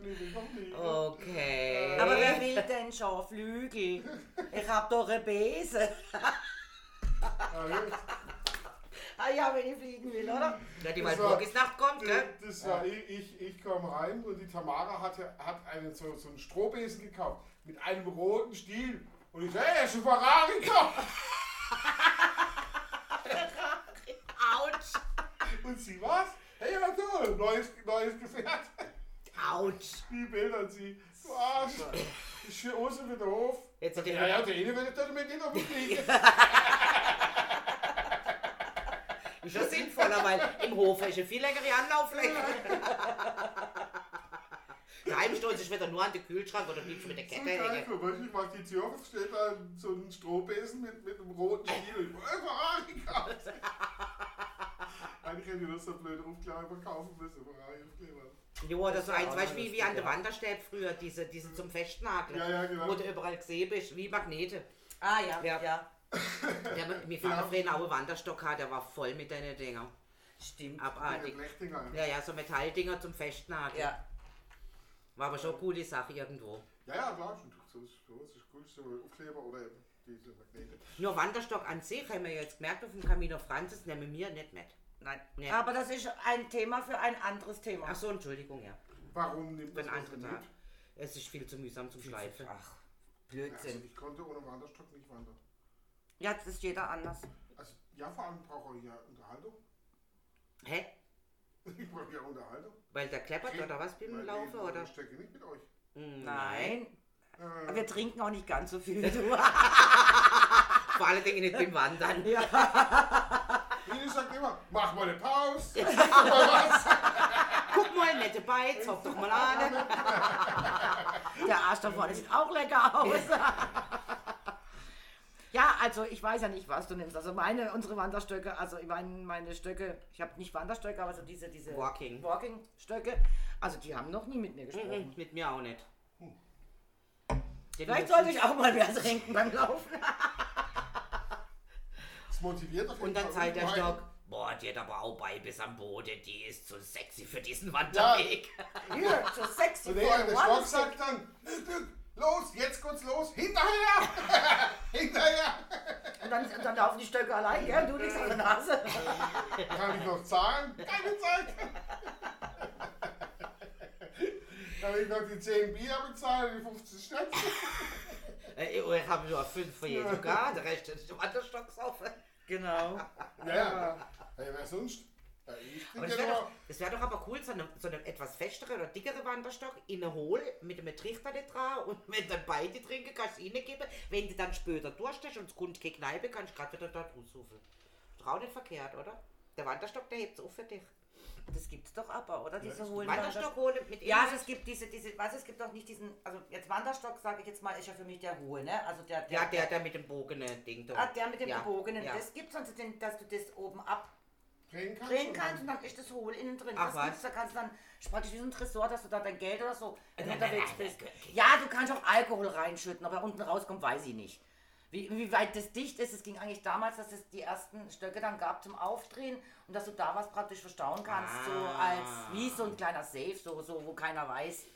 Speaker 2: Liebe Familie.
Speaker 3: Oh.
Speaker 1: Okay.
Speaker 3: Aber wer will denn schon Flügel? Ich hab doch eine Bese.
Speaker 2: Ja, ja.
Speaker 3: Ah ja, wenn ich fliegen will, oder?
Speaker 1: Na, die
Speaker 2: Das
Speaker 1: Walpurgisnacht kommt, ne?
Speaker 2: Äh, Das war ich, ich, ich komme rein und die Tamara hatte, hat einen, so, so einen Strohbesen gekauft mit einem roten Stiel. Und ich sage, hey, hast du Ferrari gekauft?
Speaker 1: Autsch!
Speaker 2: Und sie was? Hey, ja toll, neues, neues Gefährt.
Speaker 1: Autsch!
Speaker 2: Die Bilder und sie, du Arsch. Ich schwöre, Ose wird der Hof.
Speaker 1: Jetzt hat die-
Speaker 2: ja, ja, der eine wird dann mit dir auf dem Krieg.
Speaker 1: Ist ja sinnvoller, weil im Hof ist eine viel längere Anlauffläche. Daheim stolz ist wieder nur an den Kühlschrank oder nicht mit der
Speaker 2: So
Speaker 1: Kette
Speaker 2: geil,
Speaker 1: hängen.
Speaker 2: guck mal, ich mach die Tür auf, steht da so ein Strohbesen mit, mit einem roten Stiel. Ich hab Ferrari gekauft. Eigentlich hätte ich nur so blöd Aufkleber kaufen müssen, Ferrari Aufkleber.
Speaker 1: Jo, das so eins,
Speaker 3: auch
Speaker 1: weißt du, wie, wie an
Speaker 3: lustig,
Speaker 1: der Wand da steht früher, diese, diese zum Festnageln.
Speaker 2: Ja, ja, genau.
Speaker 1: Wo du überall gesehen bist, wie Magnete.
Speaker 3: Ah ja,
Speaker 1: Ja.
Speaker 3: ja.
Speaker 1: Der, mein Vater früher auch einen Wanderstock hat, der war voll mit deinen Dinger.
Speaker 3: Stimmt.
Speaker 2: Die
Speaker 1: Abartig.
Speaker 2: Blechdinger. Ja.
Speaker 1: Ah, Ja, ja, so Metalldinger zum Festnageln.
Speaker 3: Ja.
Speaker 1: War aber schon eine coole Sache irgendwo.
Speaker 2: ja, ja, klar, schon. So ist so ist gut, so Aufkleber oder eben diese Magnete.
Speaker 1: Nur Wanderstock an sich haben wir jetzt gemerkt auf dem Camino Francis, nehmen wir nicht mit.
Speaker 3: Nein.
Speaker 1: Nee.
Speaker 3: Aber das ist ein Thema für ein anderes Thema.
Speaker 1: Ach so, Entschuldigung, ja.
Speaker 2: Warum nimmt
Speaker 1: Für
Speaker 2: das
Speaker 1: einen
Speaker 2: was
Speaker 1: anderen
Speaker 2: mit?
Speaker 1: Tag. Es ist viel zu mühsam zum Schleifen.
Speaker 3: Ach,
Speaker 2: Also
Speaker 3: Blödsinn.
Speaker 2: ich konnte ohne Wanderstock nicht wandern.
Speaker 3: Jetzt ist jeder anders.
Speaker 2: Also, ja, vor allem brauche ich ja Unterhaltung.
Speaker 1: Hä?
Speaker 2: Ich brauche ja Unterhaltung.
Speaker 1: Weil der kleppert oder was beim
Speaker 2: Weil
Speaker 1: Laufen
Speaker 2: die-
Speaker 1: oder? Hm,
Speaker 2: Ich stecke nicht mit euch.
Speaker 3: Nein.
Speaker 2: Äh,
Speaker 3: Aber Wir trinken auch nicht ganz so viel wie du.
Speaker 1: Vor allen Dingen nicht beim Wandern.
Speaker 2: Nini sagt Äh, immer, mach mal eine Pause.
Speaker 1: Guck mal, nette Beiz, hopp doch mal an.
Speaker 3: Der Arsch da vorne sieht auch lecker aus. Ja, also ich weiß ja nicht, was du nimmst. Also meine, unsere Wanderstöcke, also ich meine, meine Stöcke, ich habe nicht Wanderstöcke, aber so diese, diese
Speaker 1: Walking.
Speaker 3: Walking-Stöcke, also die haben noch nie mit mir gesprochen.
Speaker 1: Mhm, Mit mir auch nicht. Den
Speaker 3: Hm. Vielleicht
Speaker 1: müssen-
Speaker 3: sollte ich auch mal mehr trinken beim Laufen.
Speaker 2: Das motiviert auf jeden
Speaker 1: Und dann
Speaker 2: Fall
Speaker 1: zahlt der
Speaker 2: ungemein.
Speaker 1: Stock. Boah, die hat aber auch bei bis am Boden, die ist zu sexy für diesen
Speaker 2: Ja.
Speaker 1: Wanderweg.
Speaker 3: Hier, so sexy
Speaker 2: Und der, der Stock
Speaker 3: Wanderstick.
Speaker 2: sagt dann, los, jetzt kurz los, hinterher! hinterher!
Speaker 3: Und dann, dann laufen die Stöcke allein, gell? Du liegst auf der Nase.
Speaker 2: Kann ich noch zahlen? Keine Zeit! Kann ich noch die 10 Bier bezahlen, die 50 Cent?
Speaker 1: Äh, Ich habe nur fünf für jeden sogar, der Rest ist im Wanderstock saufen.
Speaker 3: Genau.
Speaker 2: Ja, ja. Hey, wer sonst? Ja, ich
Speaker 1: Aber das
Speaker 2: trinke ja
Speaker 3: Genau.
Speaker 1: wäre doch,
Speaker 2: nur.
Speaker 1: das wär doch aber cool, so einen so eine etwas festere oder dickere Wanderstock in eine Hohl mit einem Trichter da dran und wenn dann beide trinken, kannst du es reingeben. Wenn du dann später Durst hast und es kommt keine Kneipe, kannst du gerade wieder da rausrufen. Trau nicht verkehrt, oder? Der Wanderstock, der hebt es auf für dich.
Speaker 3: Das gibt's doch aber, oder? Diese hohen
Speaker 1: Wanderstock holen mit
Speaker 3: Ja, also
Speaker 1: Inhalt.
Speaker 3: es gibt diese, diese, was es gibt auch nicht diesen, also jetzt Wanderstock, sage ich jetzt mal, ist ja für mich der hohe, ne? Also der, der,
Speaker 1: ja, der, der mit dem bogenen Ding da.
Speaker 3: ah, der mit dem
Speaker 1: ja.
Speaker 3: gebogenen,
Speaker 1: ja.
Speaker 3: das gibt's sonst, den, dass du das oben abdrehen
Speaker 2: Drehen kannst du
Speaker 3: kannst und dann ist das hohl innen drin.
Speaker 1: Genau. Ach,
Speaker 3: das
Speaker 1: was?
Speaker 3: gibt's, da kannst du dann ist praktisch wie so ein Tresor, dass du da dein Geld oder so, wenn du
Speaker 1: Äh, Nein, nein,
Speaker 3: unterwegs
Speaker 1: nein,
Speaker 3: bist.
Speaker 1: nein,
Speaker 3: Ja, du kannst auch Alkohol reinschütten, aber unten rauskommt, weiß ich nicht. Wie, wie weit das dicht ist, es ging eigentlich damals, dass es die ersten Stöcke dann gab zum Aufdrehen und dass du da was praktisch verstauen kannst, so
Speaker 1: Ah.
Speaker 3: als wie so ein kleiner Safe, so, so wo keiner weiß.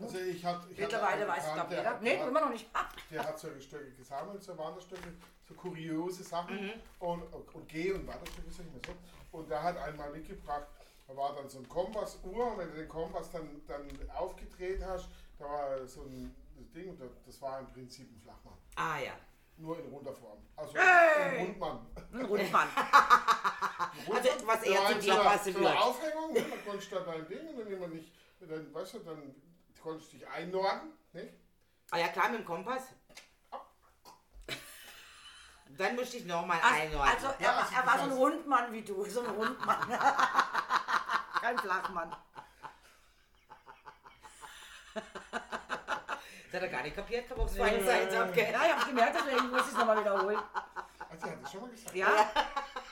Speaker 2: Also ich hat, ich
Speaker 3: Mittlerweile weiß ich,
Speaker 2: ich,
Speaker 3: glaube jeder. Nee, immer noch nicht. Ah,
Speaker 2: Der hat solche Stöcke gesammelt, so Wanderstöcke, so kuriose Sachen.
Speaker 1: Mhm.
Speaker 2: Und, und Geh- und Wanderstöcke sind immer so. Und da hat einmal mitgebracht, da war dann so ein Kompass-Uhr und wenn du den Kompass dann, dann aufgedreht hast, da war so ein Ding, und da- das war im Prinzip ein Flachmann.
Speaker 1: Ah ja.
Speaker 2: Nur in runder Form. Also
Speaker 3: Hey!
Speaker 2: in Rundmann.
Speaker 3: Ein Rundmann.
Speaker 1: Also etwas eher
Speaker 2: Ja,
Speaker 1: zu
Speaker 2: in
Speaker 1: dir
Speaker 2: so einer-
Speaker 1: passen
Speaker 2: so eine
Speaker 1: wird.
Speaker 2: Aufhängung, ne? man konntest da dein Ding und dann jemand nicht, dann, weißt du, dann konntest du dich einnorden, nicht?
Speaker 1: Ah ja, klar, mit dem Kompass.
Speaker 3: Oh.
Speaker 1: Dann müsste ich nochmal
Speaker 3: Also,
Speaker 1: einordnen.
Speaker 3: also er,
Speaker 2: Ja,
Speaker 3: war-
Speaker 2: also
Speaker 3: er war
Speaker 2: du
Speaker 3: so ein
Speaker 2: weißt-
Speaker 3: Rundmann wie du, so ein Rundmann. Kein Flachmann.
Speaker 1: das hat er gar nicht kapiert, kann man auf beiden Seiten abgehen.
Speaker 3: Ja, ich hab's gemerkt, deswegen muss ich es nochmal wiederholen.
Speaker 2: Also, ich hatte es schon mal gesagt.
Speaker 3: Ja,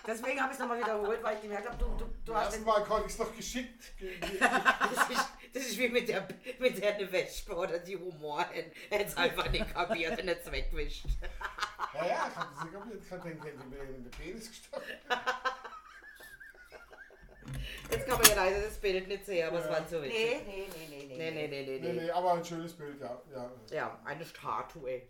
Speaker 3: deswegen habe ich es nochmal wiederholt, weil ich gemerkt habe, du, du, du
Speaker 2: Beim
Speaker 3: hast
Speaker 2: ersten
Speaker 3: den...
Speaker 2: Mal konnte ich es noch geschickt. ge- ge-
Speaker 1: Das ist, das ist wie mit der, mit der Wäsche oder die Humorin. Er hat es einfach nicht kapiert und jetzt wegwischt.
Speaker 2: Ja, ja, ich hatte es nicht kapiert. Ich hatte den, den, den, den Penis gestochen.
Speaker 1: Jetzt kann man ja leider das Bild nicht sehen, aber es war so witzig.
Speaker 3: Nee, nee, nee, nee, nee.
Speaker 1: Nee, nee, nee, nee,
Speaker 2: Nee,
Speaker 1: nee.
Speaker 2: nee, aber ein schönes Bild, ja. ja.
Speaker 1: Ja, eine Statue.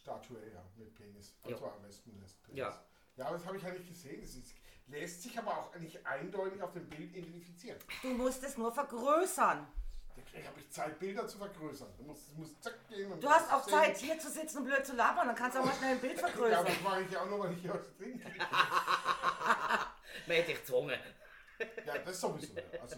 Speaker 2: Statue, ja, mit Penis. Und
Speaker 1: Ja.
Speaker 2: zwar am besten das Penis.
Speaker 1: Ja.
Speaker 2: Ja, aber das habe ich ja nicht gesehen. Das ist, lässt sich aber auch nicht eindeutig auf dem Bild identifizieren.
Speaker 3: Du musst es nur vergrößern.
Speaker 2: Da habe ich Zeit, Bilder zu vergrößern. Du musst, du musst zack gehen. Und
Speaker 3: Du hast auch
Speaker 2: sehen.
Speaker 3: Zeit, hier zu sitzen und blöd zu labern, dann kannst du auch mal schnell ein Bild
Speaker 2: Ja, genau. aber
Speaker 3: vergrößern.
Speaker 2: das mache ich ja auch noch, weil ich hier was trinke.
Speaker 1: Man hätte dich gezwungen.
Speaker 2: Ja, das sowieso. ja. Also,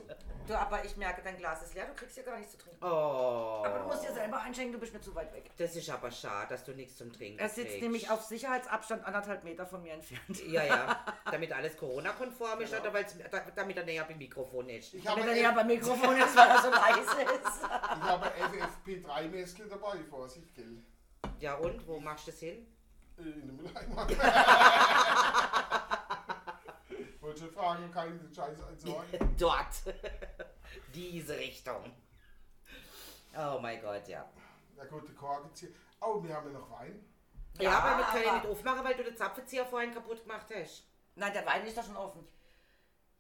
Speaker 3: Du, aber ich merke, dein Glas ist leer, du kriegst hier gar nichts zu trinken.
Speaker 1: Oh.
Speaker 3: Aber du musst dir selber einschenken, du bist mir zu weit weg.
Speaker 1: Das ist aber schade, dass du nichts zum Trinken
Speaker 3: Er sitzt
Speaker 1: kriegst.
Speaker 3: nämlich auf Sicherheitsabstand anderthalb Meter von mir entfernt.
Speaker 1: Ja, ja. Damit alles Corona-konform ist
Speaker 2: Genau.
Speaker 1: oder weil's, da- damit er näher beim Mikrofon ist.
Speaker 2: ich habe,
Speaker 3: Wenn er
Speaker 2: F-
Speaker 3: näher beim Mikrofon ist, weil er so leise ist.
Speaker 2: ich habe FFP3-Meskel dabei, Vorsicht, gell.
Speaker 1: Ja, und? Wo machst du das hin?
Speaker 2: Äh, In den Mülleimer. Wollte schon fragen, kann ich den Scheiß entsorgen?
Speaker 1: Dort. Diese Richtung. Oh mein Gott, ja.
Speaker 2: Na gut, der Kork jetzt hier. Oh, wir haben ja noch Wein.
Speaker 1: Ja,
Speaker 3: Ja,
Speaker 1: aber wir können
Speaker 3: aber-
Speaker 1: nicht aufmachen, weil du den Zapfenzieher vorhin kaputt gemacht hast.
Speaker 3: Nein, der Wein ist doch schon offen.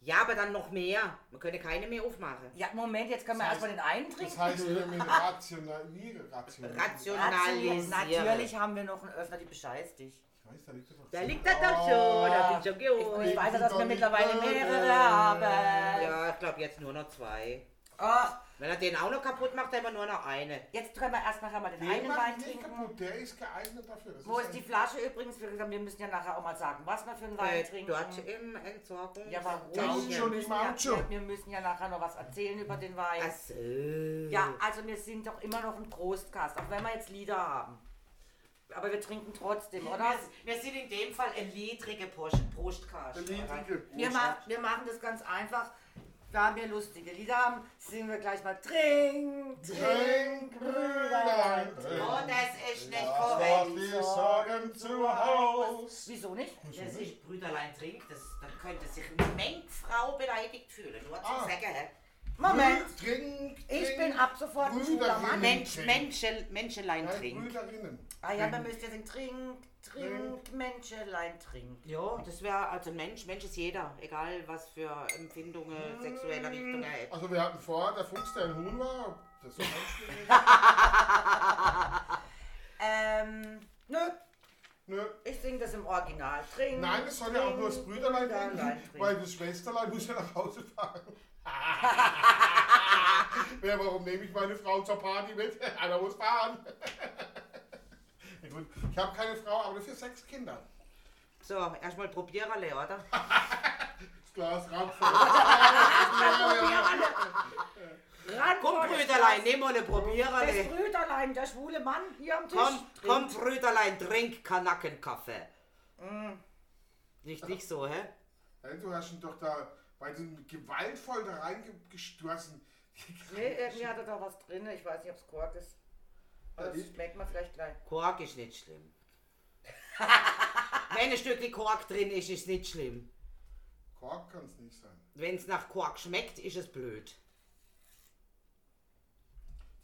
Speaker 1: Ja, aber dann noch mehr. Wir können keine mehr aufmachen.
Speaker 3: Ja, Moment, jetzt können wir erstmal den einen
Speaker 2: Das
Speaker 3: trinken.
Speaker 2: heißt, wir haben rationalisieren. Rational.
Speaker 1: Rationalisieren.
Speaker 3: Natürlich haben wir noch einen Öffner, die bescheißt dich.
Speaker 2: Ich weiß, da liegt er doch.
Speaker 1: Da
Speaker 2: so.
Speaker 1: liegt er doch
Speaker 2: Oh.
Speaker 1: schon. Da bin ich schon
Speaker 3: Und
Speaker 1: geholt.
Speaker 3: ich weiß ja, dass wir mittlerweile mehrere haben.
Speaker 1: Ja, ich glaube jetzt nur noch zwei.
Speaker 3: Ach,
Speaker 1: Wenn er den auch noch kaputt macht, dann haben wir nur noch eine.
Speaker 3: jetzt können wir erst nachher mal den
Speaker 2: Den
Speaker 3: einen
Speaker 2: mach
Speaker 3: Wein
Speaker 2: ich nicht
Speaker 3: trinken.
Speaker 2: kaputt, der ist geeignet dafür. Das
Speaker 3: Wo
Speaker 2: ist
Speaker 3: ist die Flasche übrigens? Wir wir müssen ja nachher auch mal sagen, was wir für einen Wein
Speaker 1: Äh,
Speaker 3: trinken.
Speaker 1: dort im Entsorgung.
Speaker 3: Ja, warum?
Speaker 2: Gaucho,
Speaker 3: Wir
Speaker 2: die
Speaker 3: müssen, ja,
Speaker 2: Maucho.
Speaker 3: wir, wir müssen ja nachher noch was erzählen über den Wein.
Speaker 1: Ach so.
Speaker 3: Ja, also wir sind doch immer noch ein Trostcast, auch wenn wir jetzt Lieder haben. Aber wir trinken trotzdem, oder?
Speaker 1: Wir, wir sind in dem Fall eine ledrige Post- Prostkast.
Speaker 2: ein niedrige
Speaker 3: Wir, ma wir machen das ganz einfach. Da wir lustige Lieder haben, singen wir gleich mal Trink,
Speaker 2: Trink,
Speaker 3: Trink,
Speaker 2: Brüderlein,
Speaker 3: Brüderlein.
Speaker 2: trink.
Speaker 1: Oh, das ist nicht
Speaker 2: Mach
Speaker 1: korrekt.
Speaker 2: dir Sorgen zu Haus.
Speaker 3: Wieso nicht?
Speaker 1: Wer sich Brüderlein trinkt, das, dann könnte sich eine Mengfrau beleidigt fühlen. Nur zum
Speaker 2: Ah.
Speaker 1: Sagen. hä?
Speaker 3: Moment,
Speaker 2: Hm. Trink,
Speaker 3: ich
Speaker 2: trink.
Speaker 3: bin ab sofort ein schwuler
Speaker 2: Brüderchen.
Speaker 3: Mann.
Speaker 1: Mensch,
Speaker 2: Trink.
Speaker 1: Menschel, Menschelein
Speaker 2: Nein,
Speaker 1: trinkt.
Speaker 2: Brüderinnen.
Speaker 3: Ah ja, man
Speaker 2: Trink.
Speaker 3: müsste singen Trink, Trink, Menschelein, Trink.
Speaker 1: Ja, das wäre also ein Mensch. Mensch ist jeder, egal was für Empfindungen sexueller Richtung er hat.
Speaker 2: Also wir hatten vorher der Fuchs, der ein Huhn war. ob Das so menschlich ist.
Speaker 3: Ähm, nö,
Speaker 2: Nö.
Speaker 3: ich singe das im Original. Trink,
Speaker 2: Nein, das soll ja auch nur das
Speaker 3: Trink,
Speaker 2: Brüderlein
Speaker 3: Brüderlein
Speaker 2: trinken,
Speaker 3: trinken.
Speaker 2: weil das Schwesterlein muss ja nach Hause fahren. ja, warum nehme ich meine Frau zur Party mit? Einer muss fahren. Ja, gut, ich habe keine Frau, aber dafür sechs Kinder.
Speaker 1: So, erstmal probier alle, oder?
Speaker 2: Das Glas rammvoll. Ja, ja, ja.
Speaker 3: Ran,
Speaker 1: Komm,
Speaker 3: Boris,
Speaker 1: Brüderlein, nimm mal eine
Speaker 3: Das
Speaker 1: Probiererle.
Speaker 3: Brüderlein, der schwule Mann hier am Tisch.
Speaker 1: Komm, komm, Brüderlein, trink Kanackenkaffee. Nicht, nicht so, hä?
Speaker 2: Nein, du hast ihn doch da, weil du gewaltvoll da reingestoßen.
Speaker 3: Nee, äh, irgendwie hat er da was drin. Ich weiß nicht, ob es Kork ist. Aber das schmeckt man vielleicht gleich.
Speaker 1: Kork ist nicht schlimm. Wenn ein Stückchen Kork drin ist, ist es nicht schlimm.
Speaker 2: Kork kann es nicht sein.
Speaker 1: Wenn es nach Kork schmeckt, ist es blöd.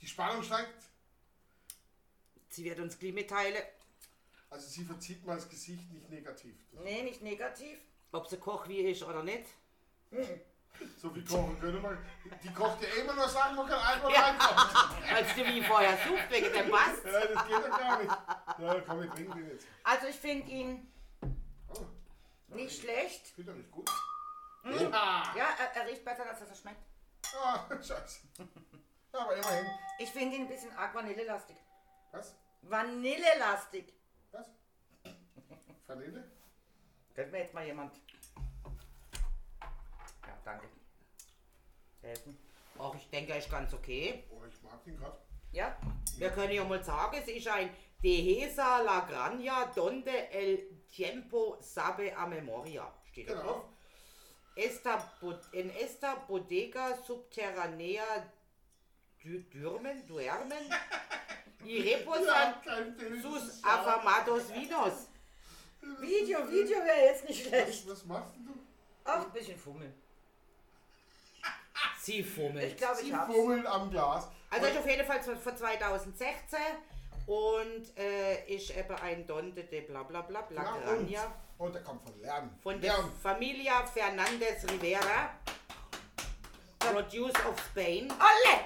Speaker 2: Die Spannung steigt.
Speaker 1: Sie wird uns gleich mitteilen,
Speaker 2: Also sie verzieht mal das Gesicht nicht negativ.
Speaker 3: Nee, nicht negativ.
Speaker 1: ob sie Koch wie ist oder nicht.
Speaker 2: So viel kochen können wir. Die kocht ja immer nur Sachen, wo kein Alkohol reinkommt.
Speaker 1: Als du wie vorher sucht, wegen dem Bass.
Speaker 2: Ja, das geht doch gar nicht. Ja, komm, wir trinken den jetzt.
Speaker 3: Also ich finde ihn
Speaker 2: Oh,
Speaker 3: nicht schlecht.
Speaker 2: spielt doch nicht gut.
Speaker 4: Mhm.
Speaker 2: Ja.
Speaker 3: Ja, er, er riecht besser, als dass er schmeckt.
Speaker 2: Ah, scheiße. Ja, aber immerhin.
Speaker 3: Ich finde ihn ein bisschen arg vanillelastig.
Speaker 2: Was?
Speaker 3: Vanillelastig.
Speaker 2: Was? Vanille?
Speaker 3: Könnte mir jetzt mal jemand. Ja, danke. Helfen.
Speaker 1: Auch ich denke, ist ganz okay.
Speaker 2: Oh, ich mag den gerade.
Speaker 3: Ja?
Speaker 1: Wir können ja mal sagen, es ist ein Dehesa La Granja Donde el Tiempo Sabe a Memoria. Steht da drauf.
Speaker 2: Genau.
Speaker 1: Esta, Bo- in esta bodega subterranea du, dürmen, duermen y reposan
Speaker 2: kein Bild.
Speaker 1: sus
Speaker 2: Ja.
Speaker 1: afamados vinos.
Speaker 4: Video, Video wäre jetzt nicht schlecht.
Speaker 2: Was machst denn du?
Speaker 4: Ach, ein bisschen Fummel.
Speaker 1: Sie
Speaker 4: Ich
Speaker 1: fummelt.
Speaker 4: glaube,
Speaker 2: Die
Speaker 4: ich hab's.
Speaker 2: Fummeln am Glas.
Speaker 1: Also ist auf jeden Fall von von 2016 und äh, ist eben ein Donde de bla bla bla bla
Speaker 2: Ja,
Speaker 1: Granja
Speaker 2: und, und der kommt von Lernen.
Speaker 1: von der
Speaker 2: Lernen.
Speaker 1: Familia Fernandez Rivera, Produce of Spain,
Speaker 4: Alle!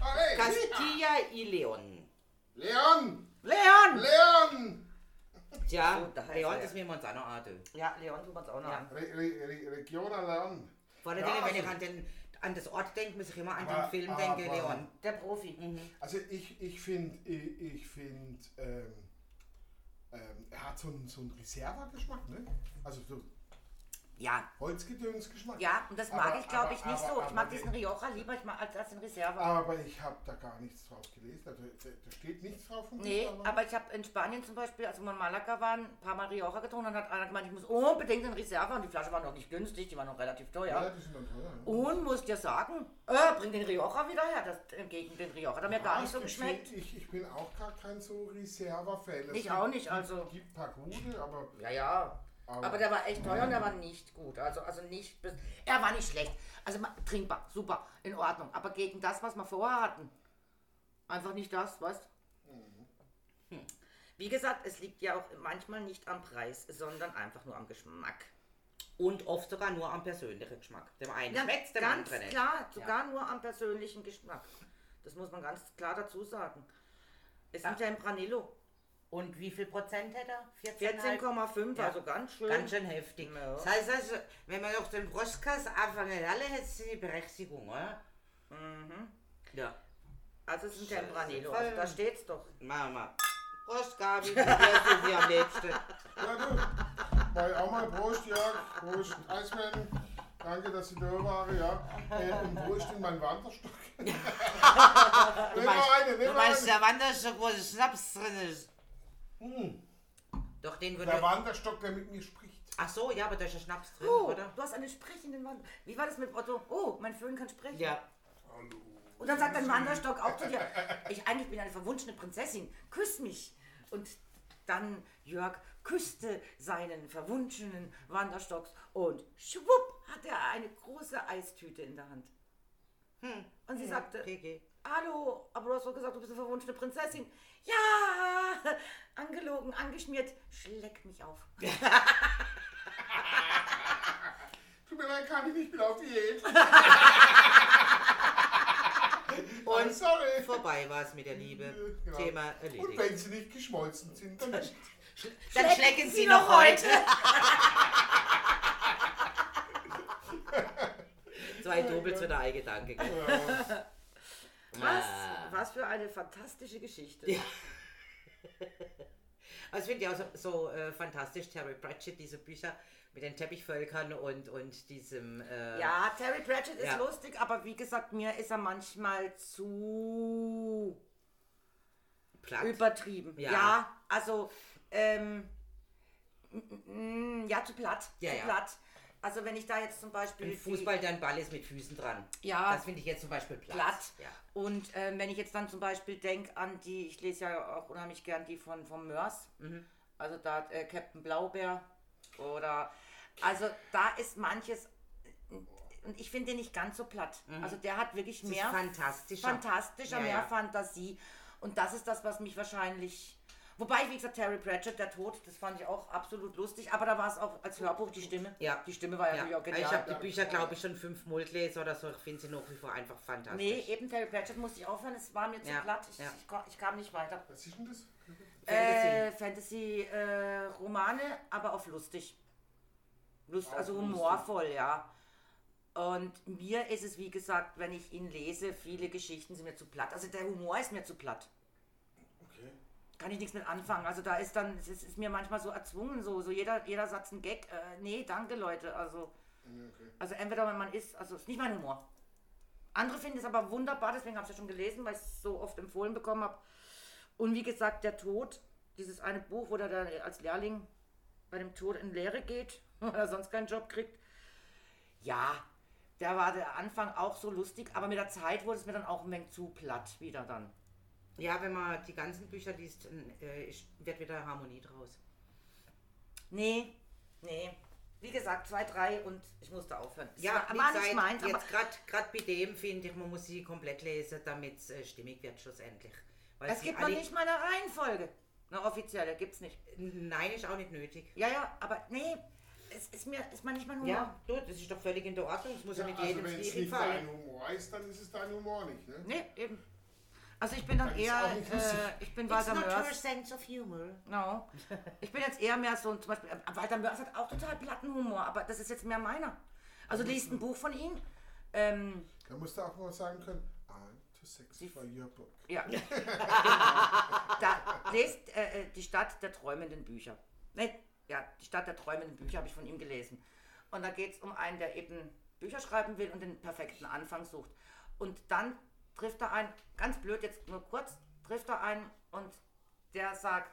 Speaker 2: Ah, hey,
Speaker 1: Castilla y León.
Speaker 2: Leon!
Speaker 3: Leon!
Speaker 2: Leon!
Speaker 1: Tja,
Speaker 4: So, da heißt
Speaker 1: León,
Speaker 4: er.
Speaker 1: das müssen wir uns auch noch antun.
Speaker 3: Ja, Leon tun wir uns auch noch
Speaker 4: Ja.
Speaker 3: an.
Speaker 2: Re, re, re, Regiona Leon.
Speaker 1: Vor allem,
Speaker 2: Ja,
Speaker 1: wenn ich
Speaker 2: also-
Speaker 1: an den, an das Ort denke, muss ich immer an den
Speaker 2: Aber-
Speaker 1: Film denken,
Speaker 2: aber-
Speaker 1: Leon.
Speaker 3: Der Profi.
Speaker 2: Also ich, ich finde, ich, ich find, ähm, ähm, er hat so einen, so einen Reserva-Geschmack, ne? Also so
Speaker 3: Ja.
Speaker 2: Holzgedöns-Geschmack.
Speaker 3: Ja, und das mag
Speaker 2: Aber-
Speaker 3: ich, glaube
Speaker 2: aber-
Speaker 3: ich, nicht
Speaker 2: aber-
Speaker 3: so. Ich
Speaker 2: aber
Speaker 3: mag
Speaker 2: die-
Speaker 3: diesen Rioja lieber ich mag, als, als den Reserva.
Speaker 2: Aber ich habe da gar nichts drauf gelesen. Also, da, da steht nichts drauf von
Speaker 3: Nee,
Speaker 2: Reserva.
Speaker 3: aber ich habe in Spanien zum Beispiel, als wir in Malaga waren, ein paar Mal Rioja getrunken und dann hat einer gemeint, ich muss unbedingt den Reserva und die Flasche war noch nicht günstig, die war noch relativ teuer.
Speaker 2: Ja, die sind dann teuer. ne?
Speaker 3: Und muss dir sagen, äh, bring den Rioja wieder her. Das, entgegen den Rioja hat er mir gar
Speaker 2: Ja,
Speaker 3: nicht so
Speaker 2: ich-
Speaker 3: geschmeckt.
Speaker 2: Ich, ich bin auch gar kein so Reserva-Fan. Es
Speaker 3: Ich
Speaker 2: gibt-
Speaker 3: auch nicht, also.
Speaker 2: gibt ein paar gute, aber
Speaker 3: Ja, ja.
Speaker 2: Aber-
Speaker 3: Aber der war echt teuer und der war nicht gut. Also, also nicht. bis- Er war nicht schlecht. Also ma- trinkbar, super, in Ordnung. Aber gegen das, was wir vorher hatten. Einfach nicht das, was? Hm. Wie gesagt, es liegt ja auch manchmal nicht am Preis, sondern einfach nur am Geschmack.
Speaker 1: Und oft sogar nur am persönlichen Geschmack. Dem einen
Speaker 3: Ja,
Speaker 1: schmeckt dem
Speaker 3: ganz
Speaker 1: anderen nicht.
Speaker 3: klar, sogar nur am persönlichen Geschmack. Das muss man ganz klar dazu sagen. Es liegt ja im Branillo.
Speaker 1: Und wie viel Prozent hätte er? 14,5?
Speaker 3: 14,5,
Speaker 1: Ja.
Speaker 3: also halt- ganz schön.
Speaker 1: Ganz schön heftig.
Speaker 3: Ja.
Speaker 1: Das heißt also, wenn man noch den Broskas anfangen alle, hätte sie die Berechtigung, oder? Mhm. Ja.
Speaker 3: Also es ist ein Tempranillo,
Speaker 1: Voll.
Speaker 3: also da steht's doch.
Speaker 1: Mama. Prost, Gabi, du wirst sie am liebsten.
Speaker 2: Ja, du. Mal auch mal Prost, Jörg. Prost, Eismann. Danke, dass Sie da waren, ja. Äh, und wo ist denn mein Wanderstock? nimm mal eine, nimm
Speaker 1: Du
Speaker 2: mal
Speaker 1: weißt,
Speaker 2: eine.
Speaker 1: der Wanderstock, wo der Schnaps drin ist.
Speaker 2: Hm.
Speaker 1: Doch, den würde
Speaker 2: Der Wanderstock, der mit mir spricht.
Speaker 1: Ach so, ja, aber da ist ja Schnaps drin,
Speaker 3: Oh,
Speaker 1: oder?
Speaker 3: du hast eine sprechende Wand. Wie war das mit Otto? Oh, mein Föhn kann sprechen.
Speaker 1: Ja.
Speaker 2: Hallo.
Speaker 3: Und dann sagt dein Wanderstock auch zu dir, ich eigentlich bin eine verwunschene Prinzessin, küss mich. Und dann Jörg küsste seinen verwunschenen Wanderstocks und schwupp hat er eine große Eistüte in der Hand. Hm. Und sie sagte,
Speaker 1: GG.
Speaker 3: Hallo, aber du hast doch gesagt, du bist eine verwunschene Prinzessin. Ja, angelogen, angeschmiert, schleck mich auf.
Speaker 2: Tut mir leid, kann ich nicht, bin auf Diät. I'm
Speaker 1: Und
Speaker 2: sorry.
Speaker 1: vorbei war es mit der Liebe.
Speaker 2: Genau.
Speaker 1: Thema
Speaker 2: Und
Speaker 1: erledigt.
Speaker 2: wenn sie nicht geschmolzen sind, dann nicht.
Speaker 1: Dann schlecken sie noch heute. Zwei Doubles für den eigenen Gedanke. gell?
Speaker 3: Was,
Speaker 1: Ah.
Speaker 3: was für eine fantastische Geschichte.
Speaker 1: Also ich finde ja auch so, so äh, fantastisch, Terry Pratchett, diese Bücher mit den Teppichvölkern und, und diesem... Äh,
Speaker 3: Ja, Terry Pratchett
Speaker 1: Ja.
Speaker 3: ist lustig, aber wie gesagt, mir ist er manchmal zu
Speaker 1: Platt.
Speaker 3: übertrieben.
Speaker 1: Ja.
Speaker 3: Ja, also, ähm, m- m- m- ja, zu platt.
Speaker 1: Ja,
Speaker 3: zu
Speaker 1: ja.
Speaker 3: platt. Also, wenn ich da jetzt zum Beispiel.
Speaker 1: Im
Speaker 3: die-
Speaker 1: Fußball, der ein Ball ist mit Füßen dran.
Speaker 3: Ja.
Speaker 1: Das finde ich jetzt zum Beispiel platt.
Speaker 3: platt.
Speaker 1: Ja.
Speaker 3: Und ähm, wenn ich jetzt dann zum Beispiel denke an die, ich lese ja auch unheimlich gern die von vom Mörs,
Speaker 1: Mhm.
Speaker 3: also da äh, Captain Blaubeer oder also da ist manches und ich finde den nicht ganz so platt.
Speaker 1: Mhm.
Speaker 3: Also der hat wirklich
Speaker 1: Das
Speaker 3: mehr
Speaker 1: ist fantastischer.
Speaker 3: fantastischer,
Speaker 1: Ja,
Speaker 3: mehr
Speaker 1: ja.
Speaker 3: Fantasie und das ist das, was mich wahrscheinlich Wobei, wie gesagt, Terry Pratchett, der Tod, das fand ich auch absolut lustig, aber da war es auch als Hörbuch die Stimme.
Speaker 1: Ja.
Speaker 3: Die Stimme war ja,
Speaker 1: ja.
Speaker 3: natürlich auch
Speaker 1: Also
Speaker 3: genial.
Speaker 1: ich habe die Bücher, glaube ich, schon fünfmal gelesen oder so. Ich finde sie nach wie vor einfach fantastisch.
Speaker 3: Nee, eben Terry Pratchett musste ich aufhören, es war mir zu
Speaker 1: Ja,
Speaker 3: platt, ich,
Speaker 1: ja.
Speaker 3: ich, ko- ich kam nicht weiter.
Speaker 2: Was ist denn das?
Speaker 1: Fantasy.
Speaker 3: Äh, Fantasy-Romane, aber auf lustig. Lust,
Speaker 2: Auf
Speaker 3: also
Speaker 2: lustig.
Speaker 3: humorvoll, ja. Und mir ist es, wie gesagt, wenn ich ihn lese, viele Geschichten sind mir zu platt. Also der Humor ist mir zu platt.
Speaker 2: Okay.
Speaker 3: kann ich nichts mit anfangen. Also da ist dann, es ist, ist mir manchmal so erzwungen, so, so jeder, jeder Satz ein Gag. Äh, nee, danke Leute. Also,
Speaker 2: Ja, okay.
Speaker 3: also entweder man ist, also ist nicht mein Humor. Andere finden es aber wunderbar, deswegen habe ich es ja schon gelesen, weil ich es so oft empfohlen bekommen habe. Und wie gesagt, der Tod, dieses eine Buch, wo der da als Lehrling bei dem Tod in Lehre geht, weil er sonst keinen Job kriegt. Ja, da war der Anfang auch so lustig, aber mit der Zeit wurde es mir dann auch ein wenig zu platt wieder dann.
Speaker 1: Ja, wenn man die ganzen Bücher liest, dann, äh, ich- wird wieder Harmonie draus.
Speaker 3: Nee, nee. Wie gesagt, zwei, drei und ich musste aufhören. Es
Speaker 1: Ja,
Speaker 3: war-
Speaker 1: wie
Speaker 3: war
Speaker 1: gesagt,
Speaker 3: meins, aber-
Speaker 1: jetzt gerade gerade bei dem finde ich, man muss sie komplett lesen, damit es äh, stimmig wird schlussendlich. Weil
Speaker 3: Es
Speaker 1: sie
Speaker 3: gibt noch nicht mal eine Reihenfolge. Eine offizielle gibt's nicht.
Speaker 1: Nein, ist auch nicht nötig.
Speaker 3: Ja, ja, aber nee, es ist mir ist mal nicht mein Humor.
Speaker 1: Ja, du, das ist doch völlig in der Ordnung. Es muss ja,
Speaker 2: Ja,
Speaker 1: mit
Speaker 2: also
Speaker 1: jedem
Speaker 2: wenn es
Speaker 1: Stil
Speaker 2: nicht dein
Speaker 1: gefallen.
Speaker 2: Humor ist, dann ist es dein Humor nicht, ne?
Speaker 3: Nee, eben. Also ich bin dann
Speaker 2: Das ist
Speaker 3: eher,
Speaker 2: auch nicht lustig.
Speaker 3: äh, ich bin Walter Mörs.
Speaker 1: sense of humor.
Speaker 3: No. Ich bin jetzt eher mehr so, zum Beispiel, äh, Walter Mörs hat auch total platten Humor, aber das ist jetzt mehr meiner. Also liest ein Buch von ihm. Ähm,
Speaker 2: Da musst du auch mal sagen können, I'm too sexy for your book.
Speaker 3: ja. Genau. da lest äh, äh, die Stadt der träumenden Bücher. Nee, ja, die Stadt der träumenden Bücher habe ich von ihm gelesen. Und da geht es um einen, der eben Bücher schreiben will und den perfekten Anfang sucht. Und dann trifft er einen, ganz blöd jetzt nur kurz, trifft er einen und der sagt,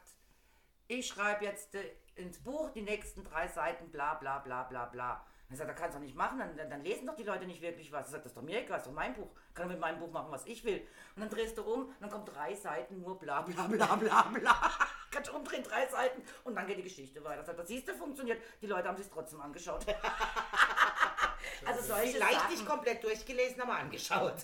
Speaker 3: ich schreibe jetzt äh, ins Buch die nächsten drei Seiten, bla bla bla bla bla. Dann sagt er, kannst du doch nicht machen, dann, dann, dann lesen doch die Leute nicht wirklich was. Er sagt, das ist doch mir egal, das ist doch mein Buch. Kann doch mit meinem Buch machen, was ich will. Und dann drehst du um, und dann kommt drei Seiten nur bla bla bla bla bla. Kannst du umdrehen, drei Seiten und dann geht die Geschichte weiter. Sagt, er, das siehst du, funktioniert. Die Leute haben sich trotzdem angeschaut. also solche
Speaker 1: Vielleicht
Speaker 3: Sachen.
Speaker 1: nicht komplett durchgelesen, aber angeschaut.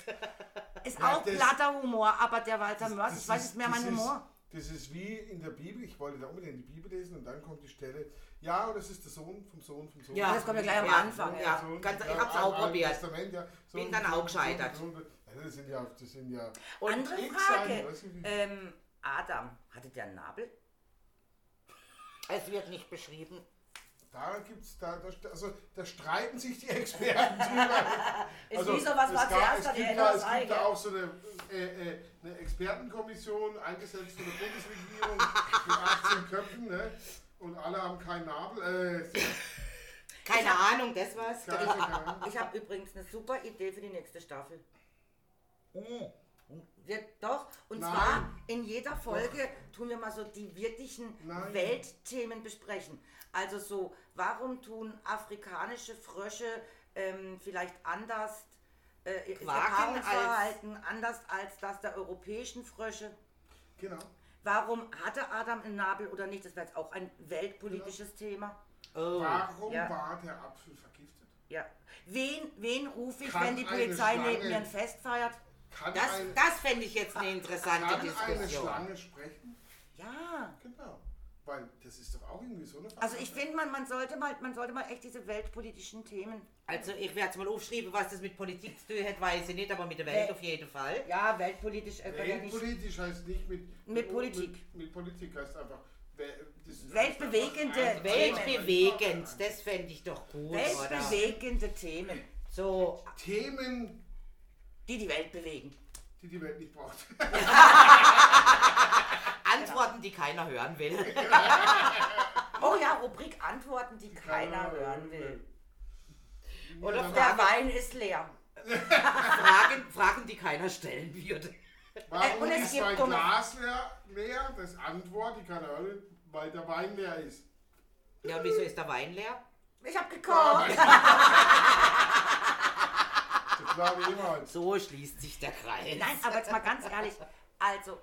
Speaker 3: Ist
Speaker 2: Ja,
Speaker 3: auch
Speaker 2: das-
Speaker 3: platter Humor, aber der Walter Mörs,
Speaker 2: Das
Speaker 3: ich weiß, ist mehr mein
Speaker 2: das
Speaker 3: Humor.
Speaker 2: Ist, das ist wie in der Bibel, ich wollte da unbedingt die Bibel lesen und dann kommt die Stelle, ja, und das ist der Sohn vom Sohn vom Sohn.
Speaker 3: Ja, das kommt ja gleich am
Speaker 1: Ja,
Speaker 3: Anfang.
Speaker 1: ja.
Speaker 3: Ja.
Speaker 1: ganz- ich hab's auch probiert.
Speaker 2: Testament, ja, Sohn
Speaker 1: Bin
Speaker 2: vom
Speaker 1: dann
Speaker 2: Sohn
Speaker 1: auch
Speaker 2: vom Sohn vom
Speaker 1: gescheitert.
Speaker 2: Sohn. Ja, Das sind ja, das sind ja
Speaker 1: Und
Speaker 3: Andere
Speaker 2: X
Speaker 3: Frage.
Speaker 2: sein, weißt du, wie-
Speaker 3: ähm, Adam, hatte der einen Nabel?
Speaker 1: es wird nicht beschrieben.
Speaker 2: da gibt's da, da also da streiten sich die Experten drüber. Also,
Speaker 3: Ist wie so, was
Speaker 2: es
Speaker 3: war
Speaker 2: gab-
Speaker 3: zuerst,
Speaker 2: es
Speaker 3: hat die
Speaker 2: gibt da,
Speaker 3: Ente
Speaker 2: es
Speaker 3: das Ei,
Speaker 2: gibt da
Speaker 3: gell?
Speaker 2: auch so eine, äh, äh, eine Expertenkommission, eingesetzt von der Bundesregierung mit 18 Köpfen, ne? Und alle haben keinen Nabel. Äh,
Speaker 1: Keine Ahnung, das war's.
Speaker 2: keine Ahnung.
Speaker 3: Ich habe übrigens eine super Idee für die nächste Staffel.
Speaker 2: Oh.
Speaker 3: Wir, doch, und
Speaker 2: Nein.
Speaker 3: zwar in jeder Folge tun wir mal so die wirklichen
Speaker 2: Nein.
Speaker 3: Weltthemen besprechen. Also so, warum tun afrikanische Frösche ähm, vielleicht anders äh, ihr
Speaker 1: Quaken
Speaker 3: Paarungsverhalten anders als das der europäischen Frösche?
Speaker 2: Genau.
Speaker 3: Warum hatte Adam einen Nabel oder nicht? Das wäre jetzt auch ein
Speaker 2: Genau.
Speaker 3: weltpolitisches Thema.
Speaker 1: Oh.
Speaker 2: Warum
Speaker 3: Ja.
Speaker 2: war der Apfel vergiftet?
Speaker 3: Ja. Wen, wen rufe ich,
Speaker 2: Kann
Speaker 3: wenn die
Speaker 2: eine
Speaker 3: Polizei
Speaker 2: Schlange-
Speaker 3: neben mir ein Fest feiert?
Speaker 2: Kann
Speaker 1: Das,
Speaker 2: eine,
Speaker 1: das fände ich jetzt eine interessante
Speaker 2: kann eine
Speaker 1: Diskussion.
Speaker 2: Schlange sprechen?
Speaker 3: Ja.
Speaker 2: Genau. Weil das ist doch auch irgendwie so eine Frage.
Speaker 3: Also ich finde, man, man, sollte mal, man sollte mal echt diese weltpolitischen Themen.
Speaker 1: Also ich werde es mal aufschreiben, was das mit Politik zu tun hat, weiß ich nicht, aber mit der Welt
Speaker 3: Wel-
Speaker 1: auf jeden Fall.
Speaker 3: Ja, weltpolitisch. Äh, ja nicht-
Speaker 2: Weltpolitisch heißt nicht mit,
Speaker 3: Mit Politik.
Speaker 2: Mit, mit Politik heißt einfach. wel- das ist
Speaker 3: Weltbewegende
Speaker 2: einfach ein-
Speaker 1: Weltbewegend, das fände ich doch gut. Oder?
Speaker 3: weltbewegende Themen,
Speaker 1: So,
Speaker 2: Themen,
Speaker 3: die die Welt bewegen.
Speaker 2: die die Welt nicht braucht.
Speaker 3: Genau.
Speaker 1: Antworten, die keiner hören will.
Speaker 3: Oh ja, Rubrik Antworten, die keiner hören will.
Speaker 1: Oder
Speaker 2: Ja,
Speaker 3: Der Wein ist leer.
Speaker 1: Fragen, Fragen, die keiner stellen würde.
Speaker 2: Warum
Speaker 3: Äh, und es
Speaker 2: ist
Speaker 3: gibt
Speaker 2: mein
Speaker 3: dumme-
Speaker 2: Glas leer, leer? Das Antwort, die kann er hören, weil der Wein leer ist.
Speaker 1: Ja, und wieso ist der Wein leer?
Speaker 3: Ich habe gekocht.
Speaker 2: Das glaube ich immer. halt.
Speaker 1: So schließt sich der Kreis.
Speaker 3: Nein, aber jetzt mal ganz ehrlich. Also,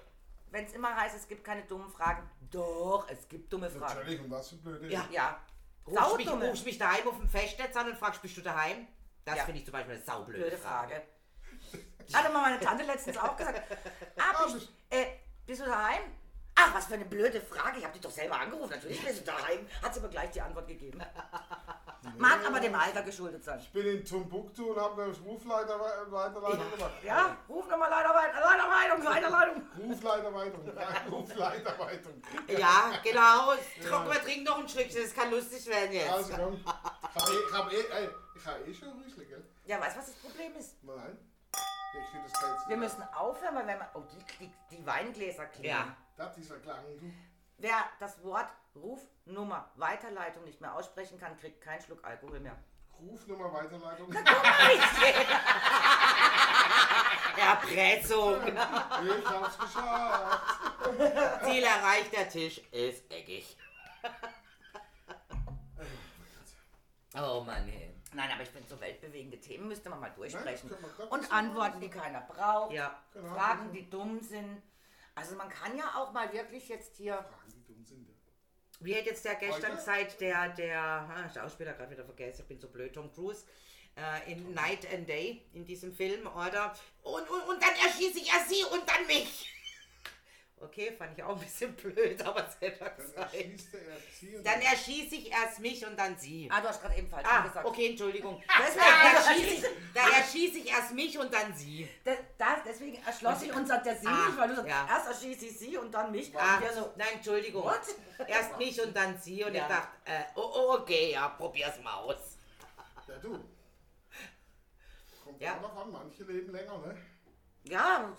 Speaker 3: wenn es immer heißt, es gibt keine dummen Fragen. Doch, es gibt dumme Fragen.
Speaker 2: Natürlich, und was für blöde.
Speaker 1: Ja.
Speaker 3: Ja.
Speaker 1: Rufst mich,
Speaker 3: Saudumme.
Speaker 1: rufst mich daheim auf dem Festnetz an und fragst, bist du daheim? Das
Speaker 3: Ja.
Speaker 1: finde ich zum Beispiel eine saublöde
Speaker 3: Blöde
Speaker 1: Frage.
Speaker 3: Frage. Hatte mal meine Tante letztens auch gesagt. Ah, bist, äh, bist du daheim? Ach, was für eine blöde Frage. Ich habe dich doch selber angerufen. Natürlich bist du daheim. Hat sie aber gleich die Antwort gegeben. Mag aber dem Alter geschuldet sein.
Speaker 2: Ich bin in Timbuktu und habe eine Rufleiter Weiterleitung gemacht.
Speaker 3: Ja, ruf nochmal leider weiter. Leider Leitung, leider Leitung.
Speaker 2: Rufleiterweitung, ja, Rufleiterweitung.
Speaker 1: Ja, genau. Trocken, wir trinken noch ein Schlückchen, das kann lustig werden jetzt.
Speaker 2: Also komm, ich habe eh, ich hab eh, ey, ich hab eh schon Rüschle, gell?
Speaker 3: Ja, weißt du, was das Problem ist?
Speaker 2: Nein. Ja, ich finde das geil.
Speaker 3: Wir müssen aufhören, weil wenn man. Oh, die, die, die Weingläser klären.
Speaker 1: Ja.
Speaker 2: Da dieser Klang, du.
Speaker 3: Wer das Wort Rufnummer Weiterleitung nicht mehr aussprechen kann, kriegt keinen Schluck Alkohol mehr.
Speaker 2: Rufnummer Weiterleitung.
Speaker 1: Erpressung.
Speaker 3: genau.
Speaker 2: Ich hab's geschafft.
Speaker 1: Ziel erreicht, der Tisch ist eckig. Oh Mann, ey.
Speaker 3: Nein, aber ich finde, so weltbewegende Themen müsste man mal durchsprechen.
Speaker 2: Nein, das können wir- das müssen
Speaker 3: Und
Speaker 2: wir
Speaker 3: Antworten, die keiner braucht.
Speaker 1: Ja.
Speaker 2: Genau.
Speaker 3: Fragen, die dumm sind. Also man kann ja auch mal wirklich jetzt hier.
Speaker 2: Fragen, die dumm sind.
Speaker 1: Wie hat jetzt der gestern
Speaker 2: Heute?
Speaker 1: Zeit der, ah, der ha, Schauspieler gerade wieder vergessen, ich bin so blöd, Tom Cruise, äh, in Night and Day, in diesem Film, oder? Und, und, und dann erschieße ich erst sie und dann mich. Okay, fand ich auch ein bisschen blöd, aber es hätte er
Speaker 2: Dann
Speaker 1: gesagt.
Speaker 2: erschießt er erst sie und
Speaker 1: Dann erschieße ich erst mich und dann sie.
Speaker 3: Ah, du hast gerade eben falsch
Speaker 1: Ah,
Speaker 3: gesagt.
Speaker 1: okay, Entschuldigung.
Speaker 3: Das-
Speaker 1: Da erschieße ich, da erschieß ich erst mich und dann sie.
Speaker 3: Das, das, deswegen erschloss ich uns der Sie
Speaker 1: Ah,
Speaker 3: nicht, weil du sagst,
Speaker 1: ja.
Speaker 3: erst erschießt sie sie und dann mich.
Speaker 1: Ah,
Speaker 3: Und wir so,
Speaker 1: nein, Entschuldigung.
Speaker 3: What?
Speaker 1: Erst mich und dann sie. Und
Speaker 3: Ja.
Speaker 1: ich dachte, äh, oh, oh, okay, ja, probier's mal aus.
Speaker 2: Ja, du. Kommt
Speaker 1: Ja.
Speaker 2: ja. noch an, manche leben länger, ne?
Speaker 3: ja,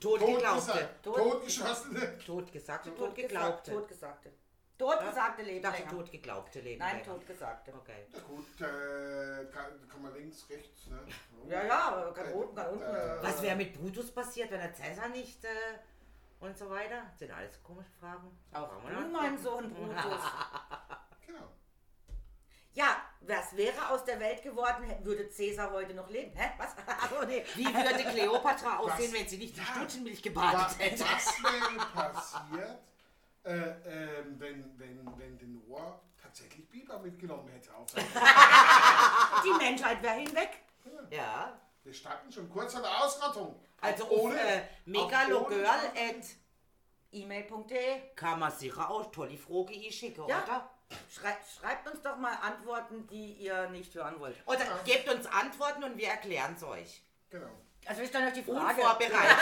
Speaker 1: Totgeglaubte.
Speaker 2: Totgesagt.
Speaker 3: Tot-
Speaker 2: Totgeschossene.
Speaker 1: Totgesagte,
Speaker 3: totgesagt-
Speaker 1: totgeglaubte.
Speaker 3: Totgesagte. Totgesagte Leben.
Speaker 1: Ich dachte,
Speaker 3: länger.
Speaker 1: totgeglaubte Leben.
Speaker 3: Nein,
Speaker 1: länger.
Speaker 3: totgesagte.
Speaker 1: Okay.
Speaker 2: Ja, gut, äh, kann, kann man links, rechts, ne?
Speaker 3: Ja, ja, aber kann oben, kann unten.
Speaker 2: Äh,
Speaker 3: Äh,
Speaker 1: Was wäre mit Brutus passiert, wenn er Cäsar nicht äh, und so weiter? Das sind alles komische Fragen.
Speaker 3: auch
Speaker 1: Brauchen
Speaker 3: du,
Speaker 1: wir noch?
Speaker 3: mein Sohn Brutus.
Speaker 2: Genau.
Speaker 3: Ja, was wäre aus der Welt geworden, hä- würde Cäsar heute noch leben? Hä? Was? Also, nee.
Speaker 1: Wie würde Kleopatra aussehen,
Speaker 2: Was?
Speaker 1: wenn sie nicht die
Speaker 2: Ja.
Speaker 1: Stutenmilch
Speaker 2: Was,
Speaker 1: gebadet hätte?
Speaker 2: was wäre passiert, äh, ähm, wenn, wenn, wenn den Noah tatsächlich Biber mitgenommen hätte? Auf der-
Speaker 3: Die Menschheit wäre hinweg.
Speaker 1: Ja.
Speaker 2: Wir standen schon kurz vor der Ausrottung.
Speaker 1: Also
Speaker 2: Auf
Speaker 1: auf
Speaker 2: ohne-
Speaker 1: äh, megalogirl at
Speaker 3: E-Mail.de.
Speaker 1: kann man sicher auch tolle Frage einschicken,
Speaker 3: E. Ja.
Speaker 1: oder?
Speaker 3: Schrei schreibt uns doch mal Antworten, die ihr nicht hören wollt.
Speaker 1: Oder gebt uns Antworten und wir erklären es euch.
Speaker 2: Genau. Also,
Speaker 3: Also wir stellen euch die Frage.
Speaker 1: Unvorbereitet.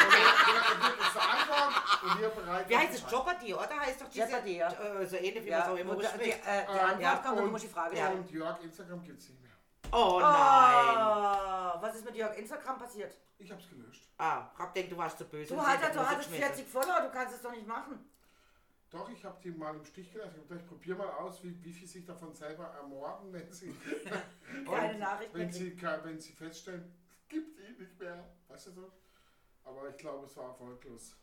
Speaker 2: Verantwortung und wir bereiten
Speaker 1: Wie heißt
Speaker 2: uns
Speaker 1: es?
Speaker 2: ein.
Speaker 1: Jeopardy, oder? Heißt doch diese,
Speaker 3: Jeopardy, ja.
Speaker 1: äh, so ähnlich wie man
Speaker 3: Ja,
Speaker 1: es auch immer
Speaker 3: und, äh, die,
Speaker 1: bespricht.
Speaker 3: äh, die Antwort
Speaker 1: Ja,
Speaker 3: kommt und du musst die Frage
Speaker 2: ja.
Speaker 3: stellen.
Speaker 2: Ähm, Und Jörg, Instagram gibt's nicht mehr.
Speaker 1: Oh nein.
Speaker 3: Oh, was ist mit Jörg Instagram passiert?
Speaker 2: Ich hab's gelöscht.
Speaker 1: Ah, hab denkt, du warst zu böse.
Speaker 3: Du,
Speaker 1: und
Speaker 3: Alter,
Speaker 1: sie
Speaker 3: du
Speaker 1: hat
Speaker 3: hattest
Speaker 1: geschmissen.
Speaker 3: 40 Follower, du kannst es doch nicht machen.
Speaker 2: Doch, ich habe die mal im Stich gelassen. Ich hab gedacht, ich probiere mal aus, wie, wie viel sich davon selber ermorden, wenn sie,
Speaker 3: Keine Nachricht
Speaker 2: wenn
Speaker 3: mehr.
Speaker 2: sie, wenn sie feststellen, es gibt ihn nicht mehr. Weißt du so? Aber ich glaube, es war erfolglos.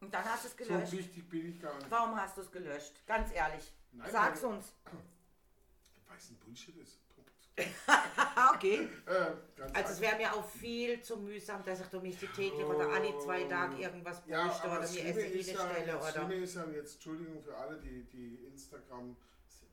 Speaker 3: Und dann hast du es
Speaker 2: So
Speaker 3: gelöscht.
Speaker 2: wichtig bin ich gar nicht.
Speaker 3: Warum hast du es gelöscht? Ganz ehrlich.
Speaker 2: Nein,
Speaker 3: Sag's
Speaker 2: weil-
Speaker 3: uns.
Speaker 2: Weil es ein Bullshit ist. Punkt.
Speaker 3: Ah, okay.
Speaker 2: Äh,
Speaker 1: Also
Speaker 2: ganz
Speaker 1: es
Speaker 2: einfach.
Speaker 1: wäre mir auch viel zu mühsam, dass ich du mich die täglich oder alle zwei Tage irgendwas
Speaker 2: Oh. Ja,
Speaker 1: bräuchte
Speaker 2: aber
Speaker 1: oder
Speaker 2: das
Speaker 1: mir
Speaker 2: Schlimme
Speaker 1: Essen
Speaker 2: ist ja,
Speaker 1: hinstelle
Speaker 2: das
Speaker 1: oder...
Speaker 2: Schlimme ist ja jetzt, Entschuldigung für alle, die, die Instagram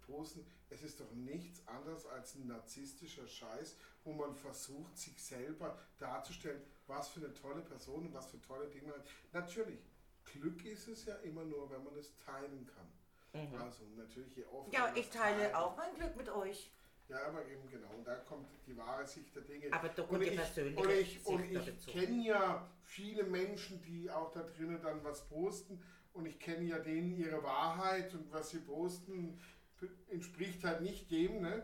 Speaker 2: posten, es ist doch nichts anderes als ein narzisstischer Scheiß, wo man versucht, sich selber darzustellen, was für eine tolle Person und was für tolle Dinge man hat. Natürlich, Glück ist es ja immer nur, wenn man es teilen kann. Also natürlich, je oft.
Speaker 3: Mhm. Ja, ich teile auch mein Glück mit euch.
Speaker 2: Ja, aber eben genau, und da kommt die wahre Sicht der Dinge.
Speaker 1: Aber da kommt
Speaker 2: Und
Speaker 1: die
Speaker 2: ich-
Speaker 1: persönliche
Speaker 2: und ich, und
Speaker 1: Sicht
Speaker 2: ich
Speaker 1: dazu.
Speaker 2: kenne ja viele Menschen, die auch da drinnen dann was posten und ich kenne ja denen ihre Wahrheit und was sie posten entspricht halt nicht dem, ne?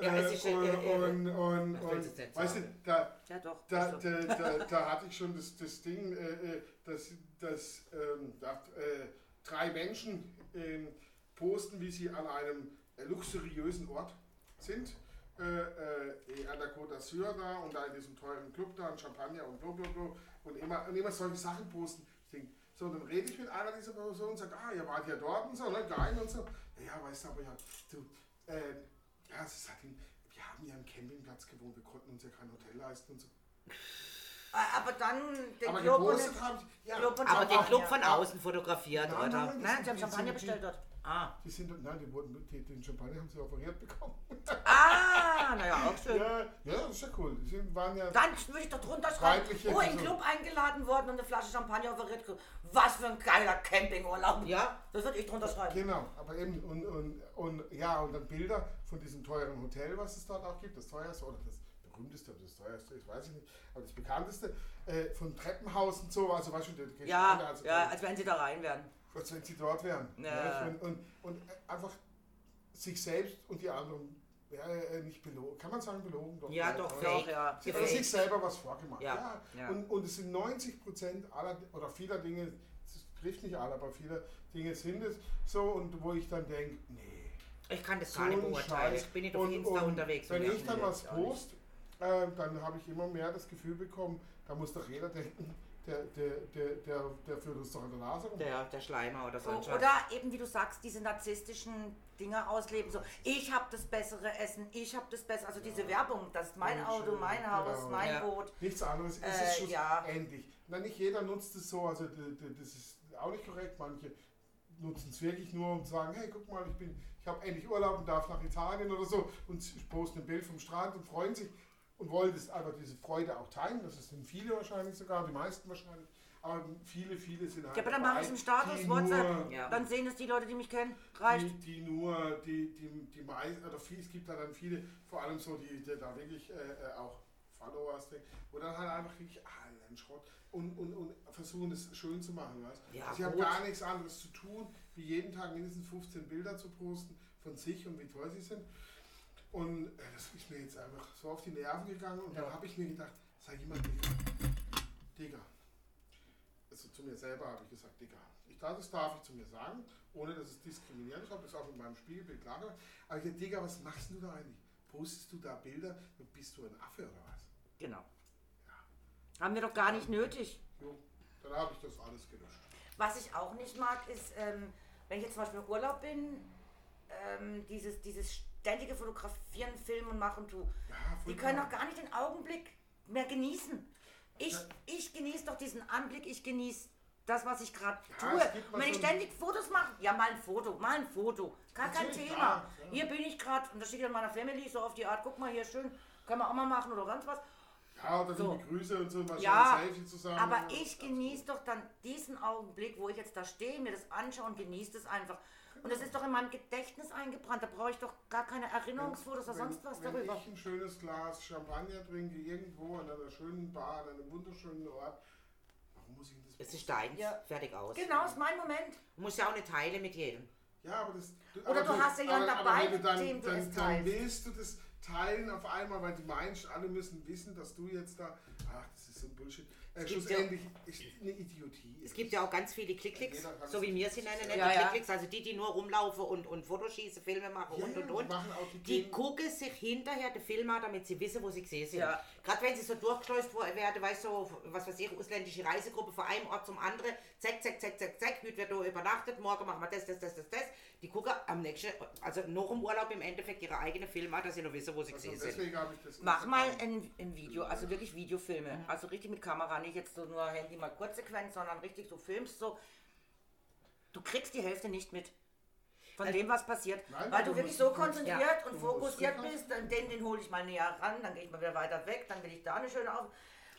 Speaker 1: Ja, es ist ja
Speaker 2: und,
Speaker 1: irre, irre.
Speaker 2: und, und,
Speaker 1: Das
Speaker 2: und,
Speaker 1: willst du jetzt
Speaker 2: weißt du,
Speaker 1: sagen.
Speaker 2: da,
Speaker 3: Ja, doch.
Speaker 2: da,
Speaker 3: ist so.
Speaker 2: da, da, da hatte ich schon das, das Ding, äh, äh, dass, dass ähm, da, äh, drei Menschen ähm, posten, wie sie an einem äh, luxuriösen Ort sind. Äh, äh, an der Côte d'Azur da und da in diesem teuren Club da und Champagner und blablabla und immer, und immer solche Sachen posten. Ich denk, so, und dann rede ich mit einer dieser Personen und sage, ah, ihr wart ja dort und so, ne, geil und so. Ja, weißt du, aber ja, du, äh, ja, es ist halt, ein- wir haben ja im Campingplatz gewohnt, wir konnten uns ja kein Hotel leisten und so.
Speaker 3: Ah, Aber dann den
Speaker 2: Aber
Speaker 3: Club und
Speaker 2: gepostet
Speaker 3: den-
Speaker 2: haben sie. Ja,
Speaker 3: Club und
Speaker 1: Aber den
Speaker 3: Champagner.
Speaker 1: Club von außen fotografiert,
Speaker 2: Nein,
Speaker 1: oder?
Speaker 2: nein,
Speaker 3: Nein, Ne? sie haben
Speaker 2: Die
Speaker 3: Champagner
Speaker 2: sind-
Speaker 3: bestellt dort.
Speaker 1: Ah,
Speaker 2: die sind, nein, die wurden, die, den Champagner haben sie operiert bekommen.
Speaker 3: Ah, naja, auch schön.
Speaker 2: ja, ja, das ist ja cool. Die sind, waren ja.
Speaker 3: Dann würde ich doch drunter schreiben,
Speaker 2: Weibliche
Speaker 3: oh, in den
Speaker 2: Person.
Speaker 3: Club eingeladen worden und eine Flasche Champagner offeriert. gekriegt. Was für ein geiler Campingurlaub.
Speaker 1: Ja.
Speaker 3: Das würde ich drunter schreiben.
Speaker 2: Genau, aber eben, und, und, und ja, und dann Bilder von diesem teuren Hotel, was es dort auch gibt, das teuerste oder das berühmteste oder das teuerste, ich weiß ich nicht, aber das bekannteste, äh, von Treppenhaus und so, also weißt du, der der Champagner,
Speaker 3: Ja,
Speaker 2: also
Speaker 3: ja, als wenn sie da rein wären.
Speaker 2: als wenn sie dort wären.
Speaker 3: Ja.
Speaker 2: Ja. Und, und, und einfach sich selbst und die anderen ja, äh, nicht belogen. Kann man sagen belogen? Doch,
Speaker 1: Ja, doch,
Speaker 2: oder?
Speaker 1: fake. Ja,
Speaker 2: Sie hat sich
Speaker 1: gefaked.
Speaker 2: selber was vorgemacht.
Speaker 1: Ja,
Speaker 2: Ja.
Speaker 1: ja.
Speaker 2: Und, und es sind 90 Prozent aller oder vieler Dinge, es trifft nicht alle, aber viele Dinge sind es so und wo ich dann denke, nee.
Speaker 1: Ich kann das
Speaker 2: so
Speaker 1: gar nicht
Speaker 2: ein
Speaker 1: beurteilen.
Speaker 2: Scheiß.
Speaker 1: Ich bin nicht auf
Speaker 2: Und-
Speaker 1: Insta
Speaker 2: und
Speaker 1: unterwegs. und
Speaker 2: Wenn
Speaker 1: nerv
Speaker 2: ich
Speaker 1: mich
Speaker 2: dann
Speaker 1: jetzt
Speaker 2: was
Speaker 1: auch nicht.
Speaker 2: post, äh, dann habe ich immer mehr das Gefühl bekommen, da muss doch jeder denken, der, der, der, der, der führt uns doch an der Nase rum.
Speaker 1: Der, der Schleimer oder so. ein
Speaker 3: So,
Speaker 1: Scheiß.
Speaker 3: Oh, oder eben, wie du sagst, diese narzisstischen Dinge ausleben. So, ich habe das bessere Essen, ich habe das bessere. Also diese Werbung, das ist mein
Speaker 2: Ja,
Speaker 3: Auto,
Speaker 2: schön,
Speaker 3: mein Haus,
Speaker 2: genau.
Speaker 3: mein
Speaker 1: Ja.
Speaker 3: Boot.
Speaker 2: Nichts anderes, es
Speaker 3: Äh,
Speaker 2: ist
Speaker 3: ja.
Speaker 2: schlussendlich. Na, nicht jeder nutzt es so, also d- d- das ist auch nicht korrekt. Manche nutzen es wirklich nur und sagen, hey, guck mal, ich bin, ich habe endlich Urlaub und darf nach Italien oder so und s- posten ein Bild vom Strand und freuen sich und wollen das aber diese Freude auch teilen. Das sind viele wahrscheinlich sogar, die meisten wahrscheinlich. Aber viele, viele sind halt
Speaker 1: Ja, aber dann
Speaker 2: dabei,
Speaker 1: machen sie einen Status,
Speaker 2: die
Speaker 1: WhatsApp.
Speaker 2: nur-
Speaker 1: Ja.
Speaker 3: Dann sehen es die Leute, die mich kennen. Reicht.
Speaker 2: die, die nur, die, die, die meisten, oder viel, es gibt da dann viele, vor allem so, die, die da wirklich äh, äh, auch Followers sind, wo dann halt einfach wirklich allen Schrott und, und, und versuchen es schön zu machen, weißt du?
Speaker 1: Ja,
Speaker 2: Sie haben
Speaker 1: gut.
Speaker 2: Also gar nichts anderes zu tun, wie jeden Tag mindestens 15 Bilder zu posten von sich und wie toll sie sind. Und äh, das ist mir jetzt einfach so auf die Nerven gegangen und dann habe ich mir gedacht, sei jemand, Digga, Digga. Also zu mir selber habe ich gesagt, Digga. Ich dachte, das darf ich zu mir sagen, ohne dass es diskriminierend kommt, ist auch mit meinem Spiegelbild klar. geworden. Aber ich dachte, Digga, was machst denn du da eigentlich? Postest du da Bilder? Bist du ein Affe oder was?
Speaker 1: Genau. Haben wir doch gar nicht nötig.
Speaker 2: Jo, dann habe ich das alles gelöscht.
Speaker 3: Was ich auch nicht mag, ist, ähm, wenn ich jetzt zum Beispiel im Urlaub bin, ähm, dieses, dieses ständige Fotografieren, Filmen und Machen, du.
Speaker 2: Ja, voll
Speaker 3: Die können
Speaker 2: klar.
Speaker 3: doch gar nicht den Augenblick mehr genießen. Ich, ich genieße doch diesen Anblick, ich genieße das, was ich gerade
Speaker 2: Ja,
Speaker 3: tue.
Speaker 2: es gibt mal
Speaker 3: Und wenn ich
Speaker 2: so ein-
Speaker 3: ständig Fotos mache, ja, mal ein Foto, mal ein Foto, gar kein
Speaker 2: Natürlich,
Speaker 3: Thema.
Speaker 2: klar, ja.
Speaker 3: Hier bin ich gerade und da steht dann meiner Family so auf die Art, guck mal hier schön, können wir auch mal machen oder sonst was.
Speaker 2: Ja, und dann
Speaker 3: So.
Speaker 2: sind die Grüße und so, was
Speaker 3: Ja,
Speaker 2: ein Selfie zusammen.
Speaker 3: aber
Speaker 2: und so.
Speaker 3: ich genieße doch dann diesen Augenblick, wo ich jetzt da stehe, mir das anschaue und genieße das einfach. Und
Speaker 2: Genau.
Speaker 3: das ist doch in meinem Gedächtnis eingebrannt, da brauche ich doch gar keine Erinnerungsfotos oder
Speaker 2: Wenn-
Speaker 3: sonst was
Speaker 2: wenn
Speaker 3: darüber.
Speaker 2: ich ein schönes Glas Champagner trinke, irgendwo an einer schönen Bar, an einem wunderschönen Ort, warum muss ich das
Speaker 1: Es
Speaker 2: posten?
Speaker 1: ist deins. Fertig aus.
Speaker 3: Genau, ist mein Moment.
Speaker 1: Du musst ja auch nicht teilen mit jedem.
Speaker 2: Ja, aber das.
Speaker 3: Oder du hast ja jemanden dabei,
Speaker 2: wenn du
Speaker 3: mit dem du
Speaker 2: dann,
Speaker 3: es
Speaker 2: dann
Speaker 3: teilst.
Speaker 2: willst du das teilen auf einmal, weil du meinst, alle müssen wissen, dass du jetzt da. Ach, das ist so ein Bullshit. Äh,
Speaker 1: gibt
Speaker 2: schlussendlich ist eine Idiotie.
Speaker 1: Es gibt ja auch ganz viele Klick-Klicks,
Speaker 2: Jeder kann
Speaker 1: so wie
Speaker 2: sich-
Speaker 1: wir sie nennen,
Speaker 2: Ja,
Speaker 1: ja,
Speaker 3: ja.
Speaker 1: Klick-Klicks, also die, die nur rumlaufen und, und Fotoschießen, Filme machen
Speaker 2: Ja,
Speaker 1: und
Speaker 2: ja,
Speaker 1: und
Speaker 2: die
Speaker 1: und.
Speaker 2: machen auch die
Speaker 1: Die
Speaker 2: Themen-
Speaker 1: gucken sich hinterher den Film an, damit sie wissen, wo sie gesehen sind.
Speaker 3: Ja.
Speaker 1: Gerade wenn sie so durchgeschleust wo- werden, weißt du, so, was weiß ich, ausländische Reisegruppe von einem Ort zum anderen, zack, zack, zack, zack, zack, heute wird da übernachtet, morgen machen wir das, das, das, das, das. Die gucken am nächsten, also noch im Urlaub im Endeffekt ihre eigenen Filme an, dass sie noch wissen, wo sie
Speaker 2: Also
Speaker 1: gesehen sind.
Speaker 2: deswegen habe ich das.
Speaker 1: Mach mal
Speaker 2: Instagram-
Speaker 1: ein, ein Video, also wirklich Videofilme. Also richtig mit Kamera, nicht jetzt so nur Handy mal Kurzsequenz, sondern richtig du filmst so.
Speaker 3: Du kriegst die Hälfte nicht mit von dem, was passiert,
Speaker 2: Nein,
Speaker 3: weil
Speaker 2: du
Speaker 3: Also du, wirklich
Speaker 2: musst-
Speaker 3: so
Speaker 2: du kannst-
Speaker 3: konzentriert
Speaker 2: ja,
Speaker 3: und
Speaker 2: du musst
Speaker 3: fokussiert
Speaker 2: gucken.
Speaker 3: bist, dann den, den hole ich mal näher ran, dann gehe ich mal wieder weiter weg, dann will ich da eine schöne auf.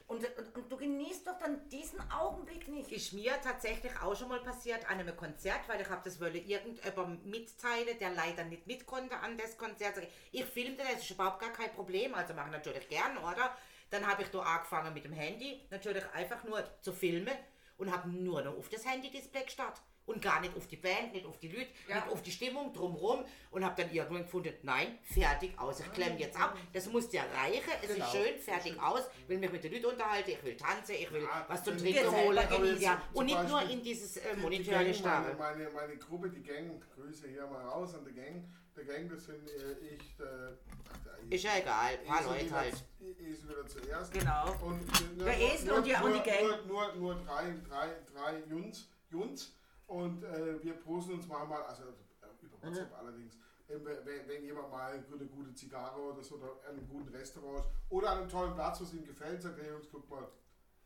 Speaker 3: Und, und, und du genießt doch dann diesen Augenblick nicht.
Speaker 1: Ist mir tatsächlich auch schon mal passiert an einem Konzert, weil ich habe das wollte irgendjemand mitteilen, der leider nicht mit konnte an das Konzert. Sag ich, Ich filmte das, ist überhaupt gar kein Problem, also mache ich natürlich gern, oder? Dann habe ich da angefangen mit dem Handy, natürlich einfach nur zu filmen und habe nur noch auf das Handy-Display gestarrt. Und gar nicht auf die Band, nicht auf die Leute, nicht auf die Stimmung drumrum. Und habe dann irgendwann gefunden, nein, fertig aus. Ich klemme jetzt ab. Das muss ja reichen. Es Ah. Genau. ist schön, fertig aus. Ich will mich mit den Leuten unterhalten, ich will tanzen, ich will
Speaker 2: Ja,
Speaker 1: was zum
Speaker 2: dann-
Speaker 1: Trinken
Speaker 2: Genau,
Speaker 1: holen.
Speaker 2: aber jetzt
Speaker 1: Ja.
Speaker 2: zum
Speaker 1: Und nicht nur
Speaker 2: Beispiel
Speaker 1: in dieses äh,
Speaker 2: Die- die
Speaker 1: monetäre
Speaker 2: Gang, meine,
Speaker 1: Starre.
Speaker 2: meine, meine Gruppe, die Gang, Grüße hier mal raus an die Gang. Der Gang, das sind äh, ich, der, ach, der
Speaker 1: Ist ja egal, ein paar
Speaker 2: Esel
Speaker 1: Leute
Speaker 2: wieder-
Speaker 1: halt.
Speaker 2: Esel wieder zuerst.
Speaker 3: Genau.
Speaker 2: Und, äh, nur-
Speaker 3: Der Esel und die- und die Gang.
Speaker 2: Nur, nur, nur drei, drei, drei Jungs, Jungs. Und äh, wir posen uns mal, mal also äh, über WhatsApp allerdings, äh, wenn, wenn jemand mal eine gute Zigarre oder so, oder an einem guten Restaurant ist, oder an einem tollen Platz, was ihm gefällt, sagt er, Jungs, guck mal.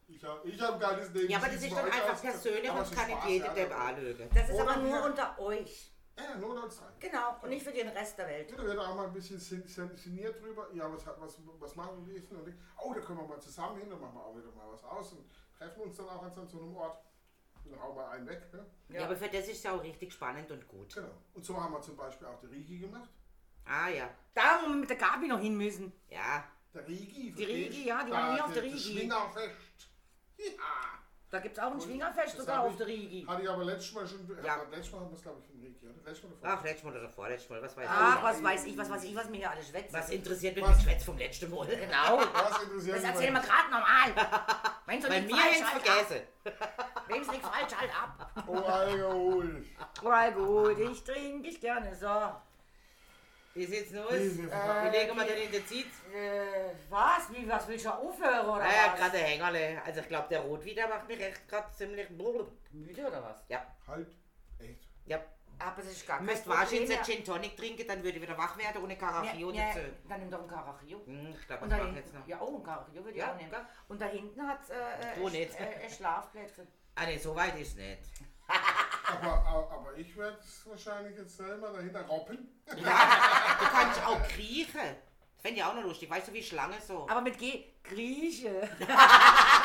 Speaker 2: Ich habe ich hab ein geiles Leben.
Speaker 1: Ja, aber
Speaker 2: wie
Speaker 1: das
Speaker 2: sieht's
Speaker 1: ist dann
Speaker 2: bei euch
Speaker 1: einfach
Speaker 2: aus?
Speaker 1: persönlich
Speaker 2: Aber
Speaker 1: und
Speaker 2: es
Speaker 1: kann
Speaker 2: ist
Speaker 1: nicht
Speaker 2: Spaß,
Speaker 1: jeder
Speaker 2: ja,
Speaker 1: Depp
Speaker 2: aber-
Speaker 1: anlügen.
Speaker 3: Das ist
Speaker 2: Oder
Speaker 3: aber nur
Speaker 2: wir-
Speaker 3: unter euch.
Speaker 2: Ja, nur unter uns drei.
Speaker 3: Genau, und nicht für den Rest der Welt.
Speaker 2: Ja, da wird auch mal ein bisschen sin- sin- sinniert drüber. Ja, was, hat- was, was machen wir denn? Und ich, oh, da können wir mal zusammen hin, dann machen wir auch wieder mal was aus und treffen uns dann auch an so einem Ort. Und hauen mal einen weg. Ne?
Speaker 1: Ja. aber für das ist es auch richtig spannend und gut.
Speaker 2: Genau. Und so haben wir zum Beispiel auch die Rigi gemacht.
Speaker 1: Ah ja.
Speaker 3: Da, wo wir mit der Gabi noch hin müssen.
Speaker 1: Ja.
Speaker 2: Der Rigi.
Speaker 3: Die Rigi, ja, die waren nie auf der Rigi.
Speaker 2: Schwingerfest. Ja.
Speaker 3: Da gibt es auch ein Schwingerfest
Speaker 2: Das
Speaker 3: sogar
Speaker 2: hab
Speaker 3: auf
Speaker 2: ich-
Speaker 3: der Rigi.
Speaker 2: Hatte ich aber letztes Mal schon.
Speaker 1: Ja.
Speaker 2: Ja. Letztes Mal haben wir es, glaube ich, im Regi. oder? Letztes Mal davor.
Speaker 1: Ach, letztes Mal oder vorletztes Mal, was weiß
Speaker 4: Ach,
Speaker 3: Ah.
Speaker 1: ich.
Speaker 4: was weiß ich, was weiß ich, was mir hier alles schwätzt.
Speaker 1: Was interessiert mich
Speaker 2: Was?
Speaker 1: was? Schwätz vom letzten Mal? Genau.
Speaker 2: Das interessiert
Speaker 4: Das
Speaker 2: mich
Speaker 4: erzählen wir
Speaker 2: nicht.
Speaker 4: gerade normal. Wenn
Speaker 1: Bei mir
Speaker 3: halt
Speaker 1: hängt's vergessen.
Speaker 4: Wenn es nicht falsch, halt ab.
Speaker 2: Oh, Alkohol.
Speaker 3: Oh, Alkohol, ich trinke ich gerne. So.
Speaker 1: Wie sieht's denn aus?
Speaker 2: Diese
Speaker 1: Wie legen wir denn in den Zit?
Speaker 3: Äh, was? Wie, was willst du aufhören oder
Speaker 1: Naja,
Speaker 3: was?
Speaker 1: gerade der Hängerle. Also ich glaube, der Rotwein, der macht mich echt gerade ziemlich blub.
Speaker 3: Müde oder was?
Speaker 1: Ja,
Speaker 2: Halt. Echt.
Speaker 1: ja.
Speaker 4: Aber es ist gar
Speaker 1: Ihr
Speaker 4: kein
Speaker 1: müsst
Speaker 4: Problem
Speaker 1: wahrscheinlich
Speaker 4: mehr.
Speaker 1: einen Gin Tonic trinken, dann würde ich wieder wach werden ohne Karaffi
Speaker 3: Ja,
Speaker 1: und
Speaker 3: ja,
Speaker 1: so.
Speaker 3: dann nimm doch ein Carachio.
Speaker 1: Hm, ich glaube,
Speaker 3: Und
Speaker 1: ich
Speaker 3: da
Speaker 1: mache jetzt noch.
Speaker 3: hinten, ja, oh, ein Carachio würde ich
Speaker 1: Ja,
Speaker 3: auch nehmen.
Speaker 1: klar.
Speaker 3: Und da hinten hat es äh,
Speaker 1: Du
Speaker 3: äh,
Speaker 1: nicht.
Speaker 3: Sch- äh, äh, Schlafplätze.
Speaker 1: Ah ne, so weit ist nicht.
Speaker 2: Aber, aber ich werde es wahrscheinlich jetzt selber dahinter robben.
Speaker 1: Du kannst auch kriechen. Das fände ich auch noch lustig. Weißt du, wie Schlange so.
Speaker 3: Aber mit G, Grieche. du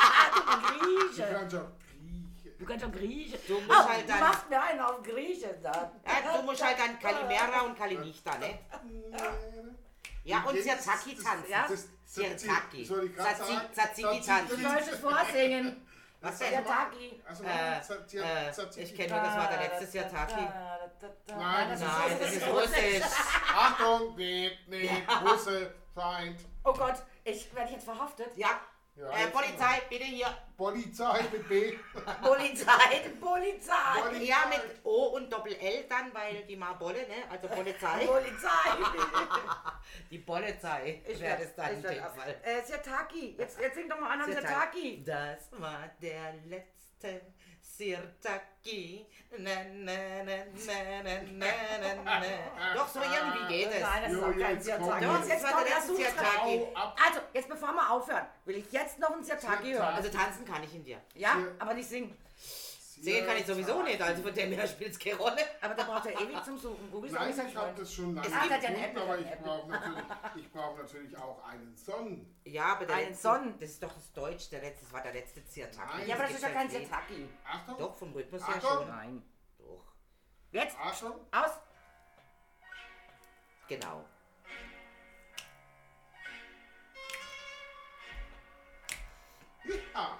Speaker 2: Du
Speaker 3: Grieche.
Speaker 2: kannst auch kriechen.
Speaker 3: Du kannst doch Grieche.
Speaker 1: Du musst
Speaker 3: Ah,
Speaker 1: halt
Speaker 3: du
Speaker 1: dann-
Speaker 3: machst mir einen auf Grieche dann.
Speaker 1: Ja, du musst halt dann Kalimera und Kalinichta, ne? Ja, und Siazaki tanzen.
Speaker 3: Ja?
Speaker 1: Siazaki.
Speaker 2: Soll ich gerade sagen?
Speaker 1: Tzatziki tanzen.
Speaker 3: Du sollst es vorsingen.
Speaker 1: Was
Speaker 3: Der
Speaker 1: denn?
Speaker 3: Taki.
Speaker 2: Also,
Speaker 1: Äh,
Speaker 2: Tzatziki-
Speaker 1: äh,
Speaker 2: Tzatziki-
Speaker 1: ich kenne nur, das war der letzte Siataki.
Speaker 3: Nein, das ist
Speaker 1: Nein, das ist russisch.
Speaker 2: Achtung, geht nicht. Busse, Feind.
Speaker 3: Oh Gott, ich werde jetzt verhaftet.
Speaker 1: Ja,
Speaker 2: Ja,
Speaker 1: äh,
Speaker 2: jetzt-
Speaker 1: Polizei, bitte hier.
Speaker 2: Polizei mit B.
Speaker 3: Polizei, Polizei,
Speaker 2: Polizei.
Speaker 1: Äh, Ja, mit O und Doppel-L dann, weil die mal Bolle, ne? Also Polizei.
Speaker 3: Polizei.
Speaker 1: Die Polizei wäre das dann in dem Fall.
Speaker 3: Äh, Sirtaki, jetzt, jetzt sing doch mal an an Sirtaki.
Speaker 1: Das war der letzte Sirtaki. Na, na, na, na, na, na, na, na. Doch, so irgendwie geht es.
Speaker 3: Nein, das ist
Speaker 2: Jo,
Speaker 3: auch kein
Speaker 2: jetzt kommt
Speaker 3: Sirtaki.
Speaker 2: er.
Speaker 1: Doch,
Speaker 3: Jetzt,
Speaker 1: das
Speaker 3: jetzt
Speaker 1: war
Speaker 3: kommt
Speaker 1: der
Speaker 3: der
Speaker 1: letzte
Speaker 3: Sutra.
Speaker 1: Sirtaki.
Speaker 2: Au, ab.
Speaker 3: Also, jetzt bevor wir aufhören, will ich jetzt noch einen Sirtaki
Speaker 2: Sirtaki.
Speaker 3: hören.
Speaker 1: Also tanzen kann ich in dir.
Speaker 3: Ja,
Speaker 2: Sir-
Speaker 3: aber nicht singen.
Speaker 1: Singen kann ich sowieso nicht, also von dem her spielt es keine Rolle.
Speaker 3: Aber da braucht er ewig zum Suchen. Google ist auch
Speaker 2: Nein,
Speaker 3: nicht sein
Speaker 2: ich habe
Speaker 3: Freund.
Speaker 2: das schon lange
Speaker 1: Es gibt
Speaker 3: ja eine
Speaker 2: gefunden,
Speaker 3: App,
Speaker 2: aber
Speaker 3: eine
Speaker 2: ich
Speaker 3: App.
Speaker 2: brauche natürlich, ich brauch natürlich auch einen Song.
Speaker 1: Ja, aber der
Speaker 3: Einen
Speaker 1: letzte,
Speaker 3: Sonnen.
Speaker 1: das ist doch das Deutsch, der letzte, das war der letzte Ziertag.
Speaker 2: Nein.
Speaker 3: Ja, aber das ist ja kein
Speaker 1: Ziertag.
Speaker 3: Sirtaki.
Speaker 2: Achtung,
Speaker 1: Doch, vom Rhythmus her
Speaker 2: Achtung.
Speaker 1: schon.
Speaker 3: Nein.
Speaker 1: Doch,
Speaker 3: Jetzt,
Speaker 2: Achtung.
Speaker 3: aus.
Speaker 1: genau.
Speaker 2: Ja.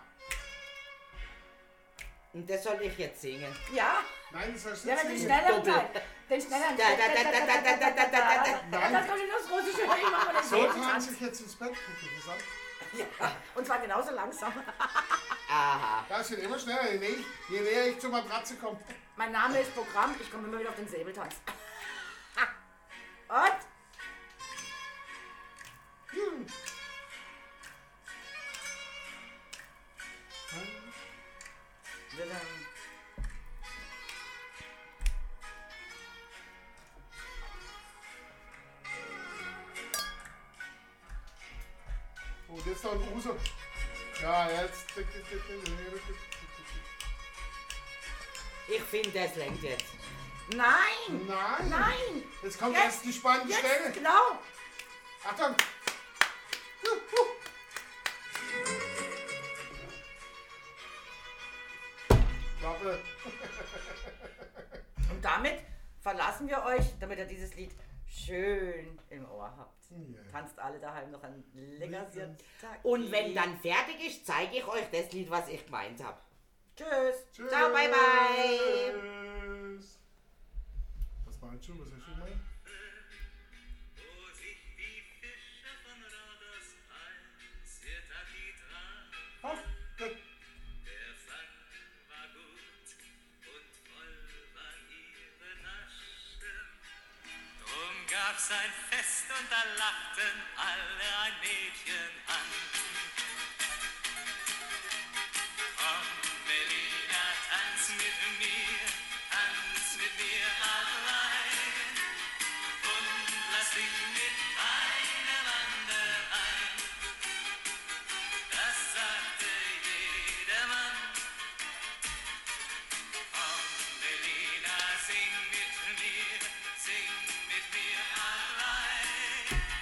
Speaker 1: Und das soll ich jetzt singen.
Speaker 3: Ja,
Speaker 2: Nein, das hast du
Speaker 3: ja,
Speaker 2: jetzt
Speaker 3: aber den
Speaker 2: nicht.
Speaker 3: schnelleren
Speaker 1: Doppel.
Speaker 3: Teil. Den schnelleren
Speaker 1: Da, da, da, da, da, da, da, da, da, da.
Speaker 3: halt. Nein. Das kommt in das große Schöne, ich mache mal den
Speaker 2: So
Speaker 3: Leben
Speaker 2: kann
Speaker 3: an.
Speaker 2: ich jetzt ins Bett gucken. gesagt.
Speaker 3: Und zwar genauso langsam.
Speaker 1: Aha.
Speaker 2: Das wird immer schneller, je näher, je näher ich zur Matratze komme.
Speaker 3: Mein Name ist Programm, ich komme immer wieder auf den Säbeltanz. Und?
Speaker 2: Hm. Und jetzt noch ein Uso. Ja, jetzt.
Speaker 1: Ich finde, das lenkt jetzt.
Speaker 3: Nein!
Speaker 2: Nein!
Speaker 3: Nein!
Speaker 2: Jetzt kommt
Speaker 3: Jetzt.
Speaker 2: erst die spannende
Speaker 3: Jetzt,
Speaker 2: Stelle.
Speaker 3: genau!
Speaker 2: Achtung! Warte.
Speaker 3: Und damit verlassen wir euch, damit ihr dieses Lied schön im Ohr habt. Tanzt alle daheim noch einen leckeren Tag.
Speaker 1: Und wenn dann fertig ist, zeige ich euch das Lied, was ich gemeint habe.
Speaker 3: Tschüss!
Speaker 1: Ciao, bye, bye.
Speaker 2: Tschüss. Was meinst du? Was hast du gemeint?
Speaker 5: Wo sich die Fische vom Rhodos ein, Sirtaki trank.
Speaker 2: Ach, gut.
Speaker 5: Der Fang war gut und voll war ihre Naschen. Drum gab's ein Fest und da lachten alle ein Mädchen.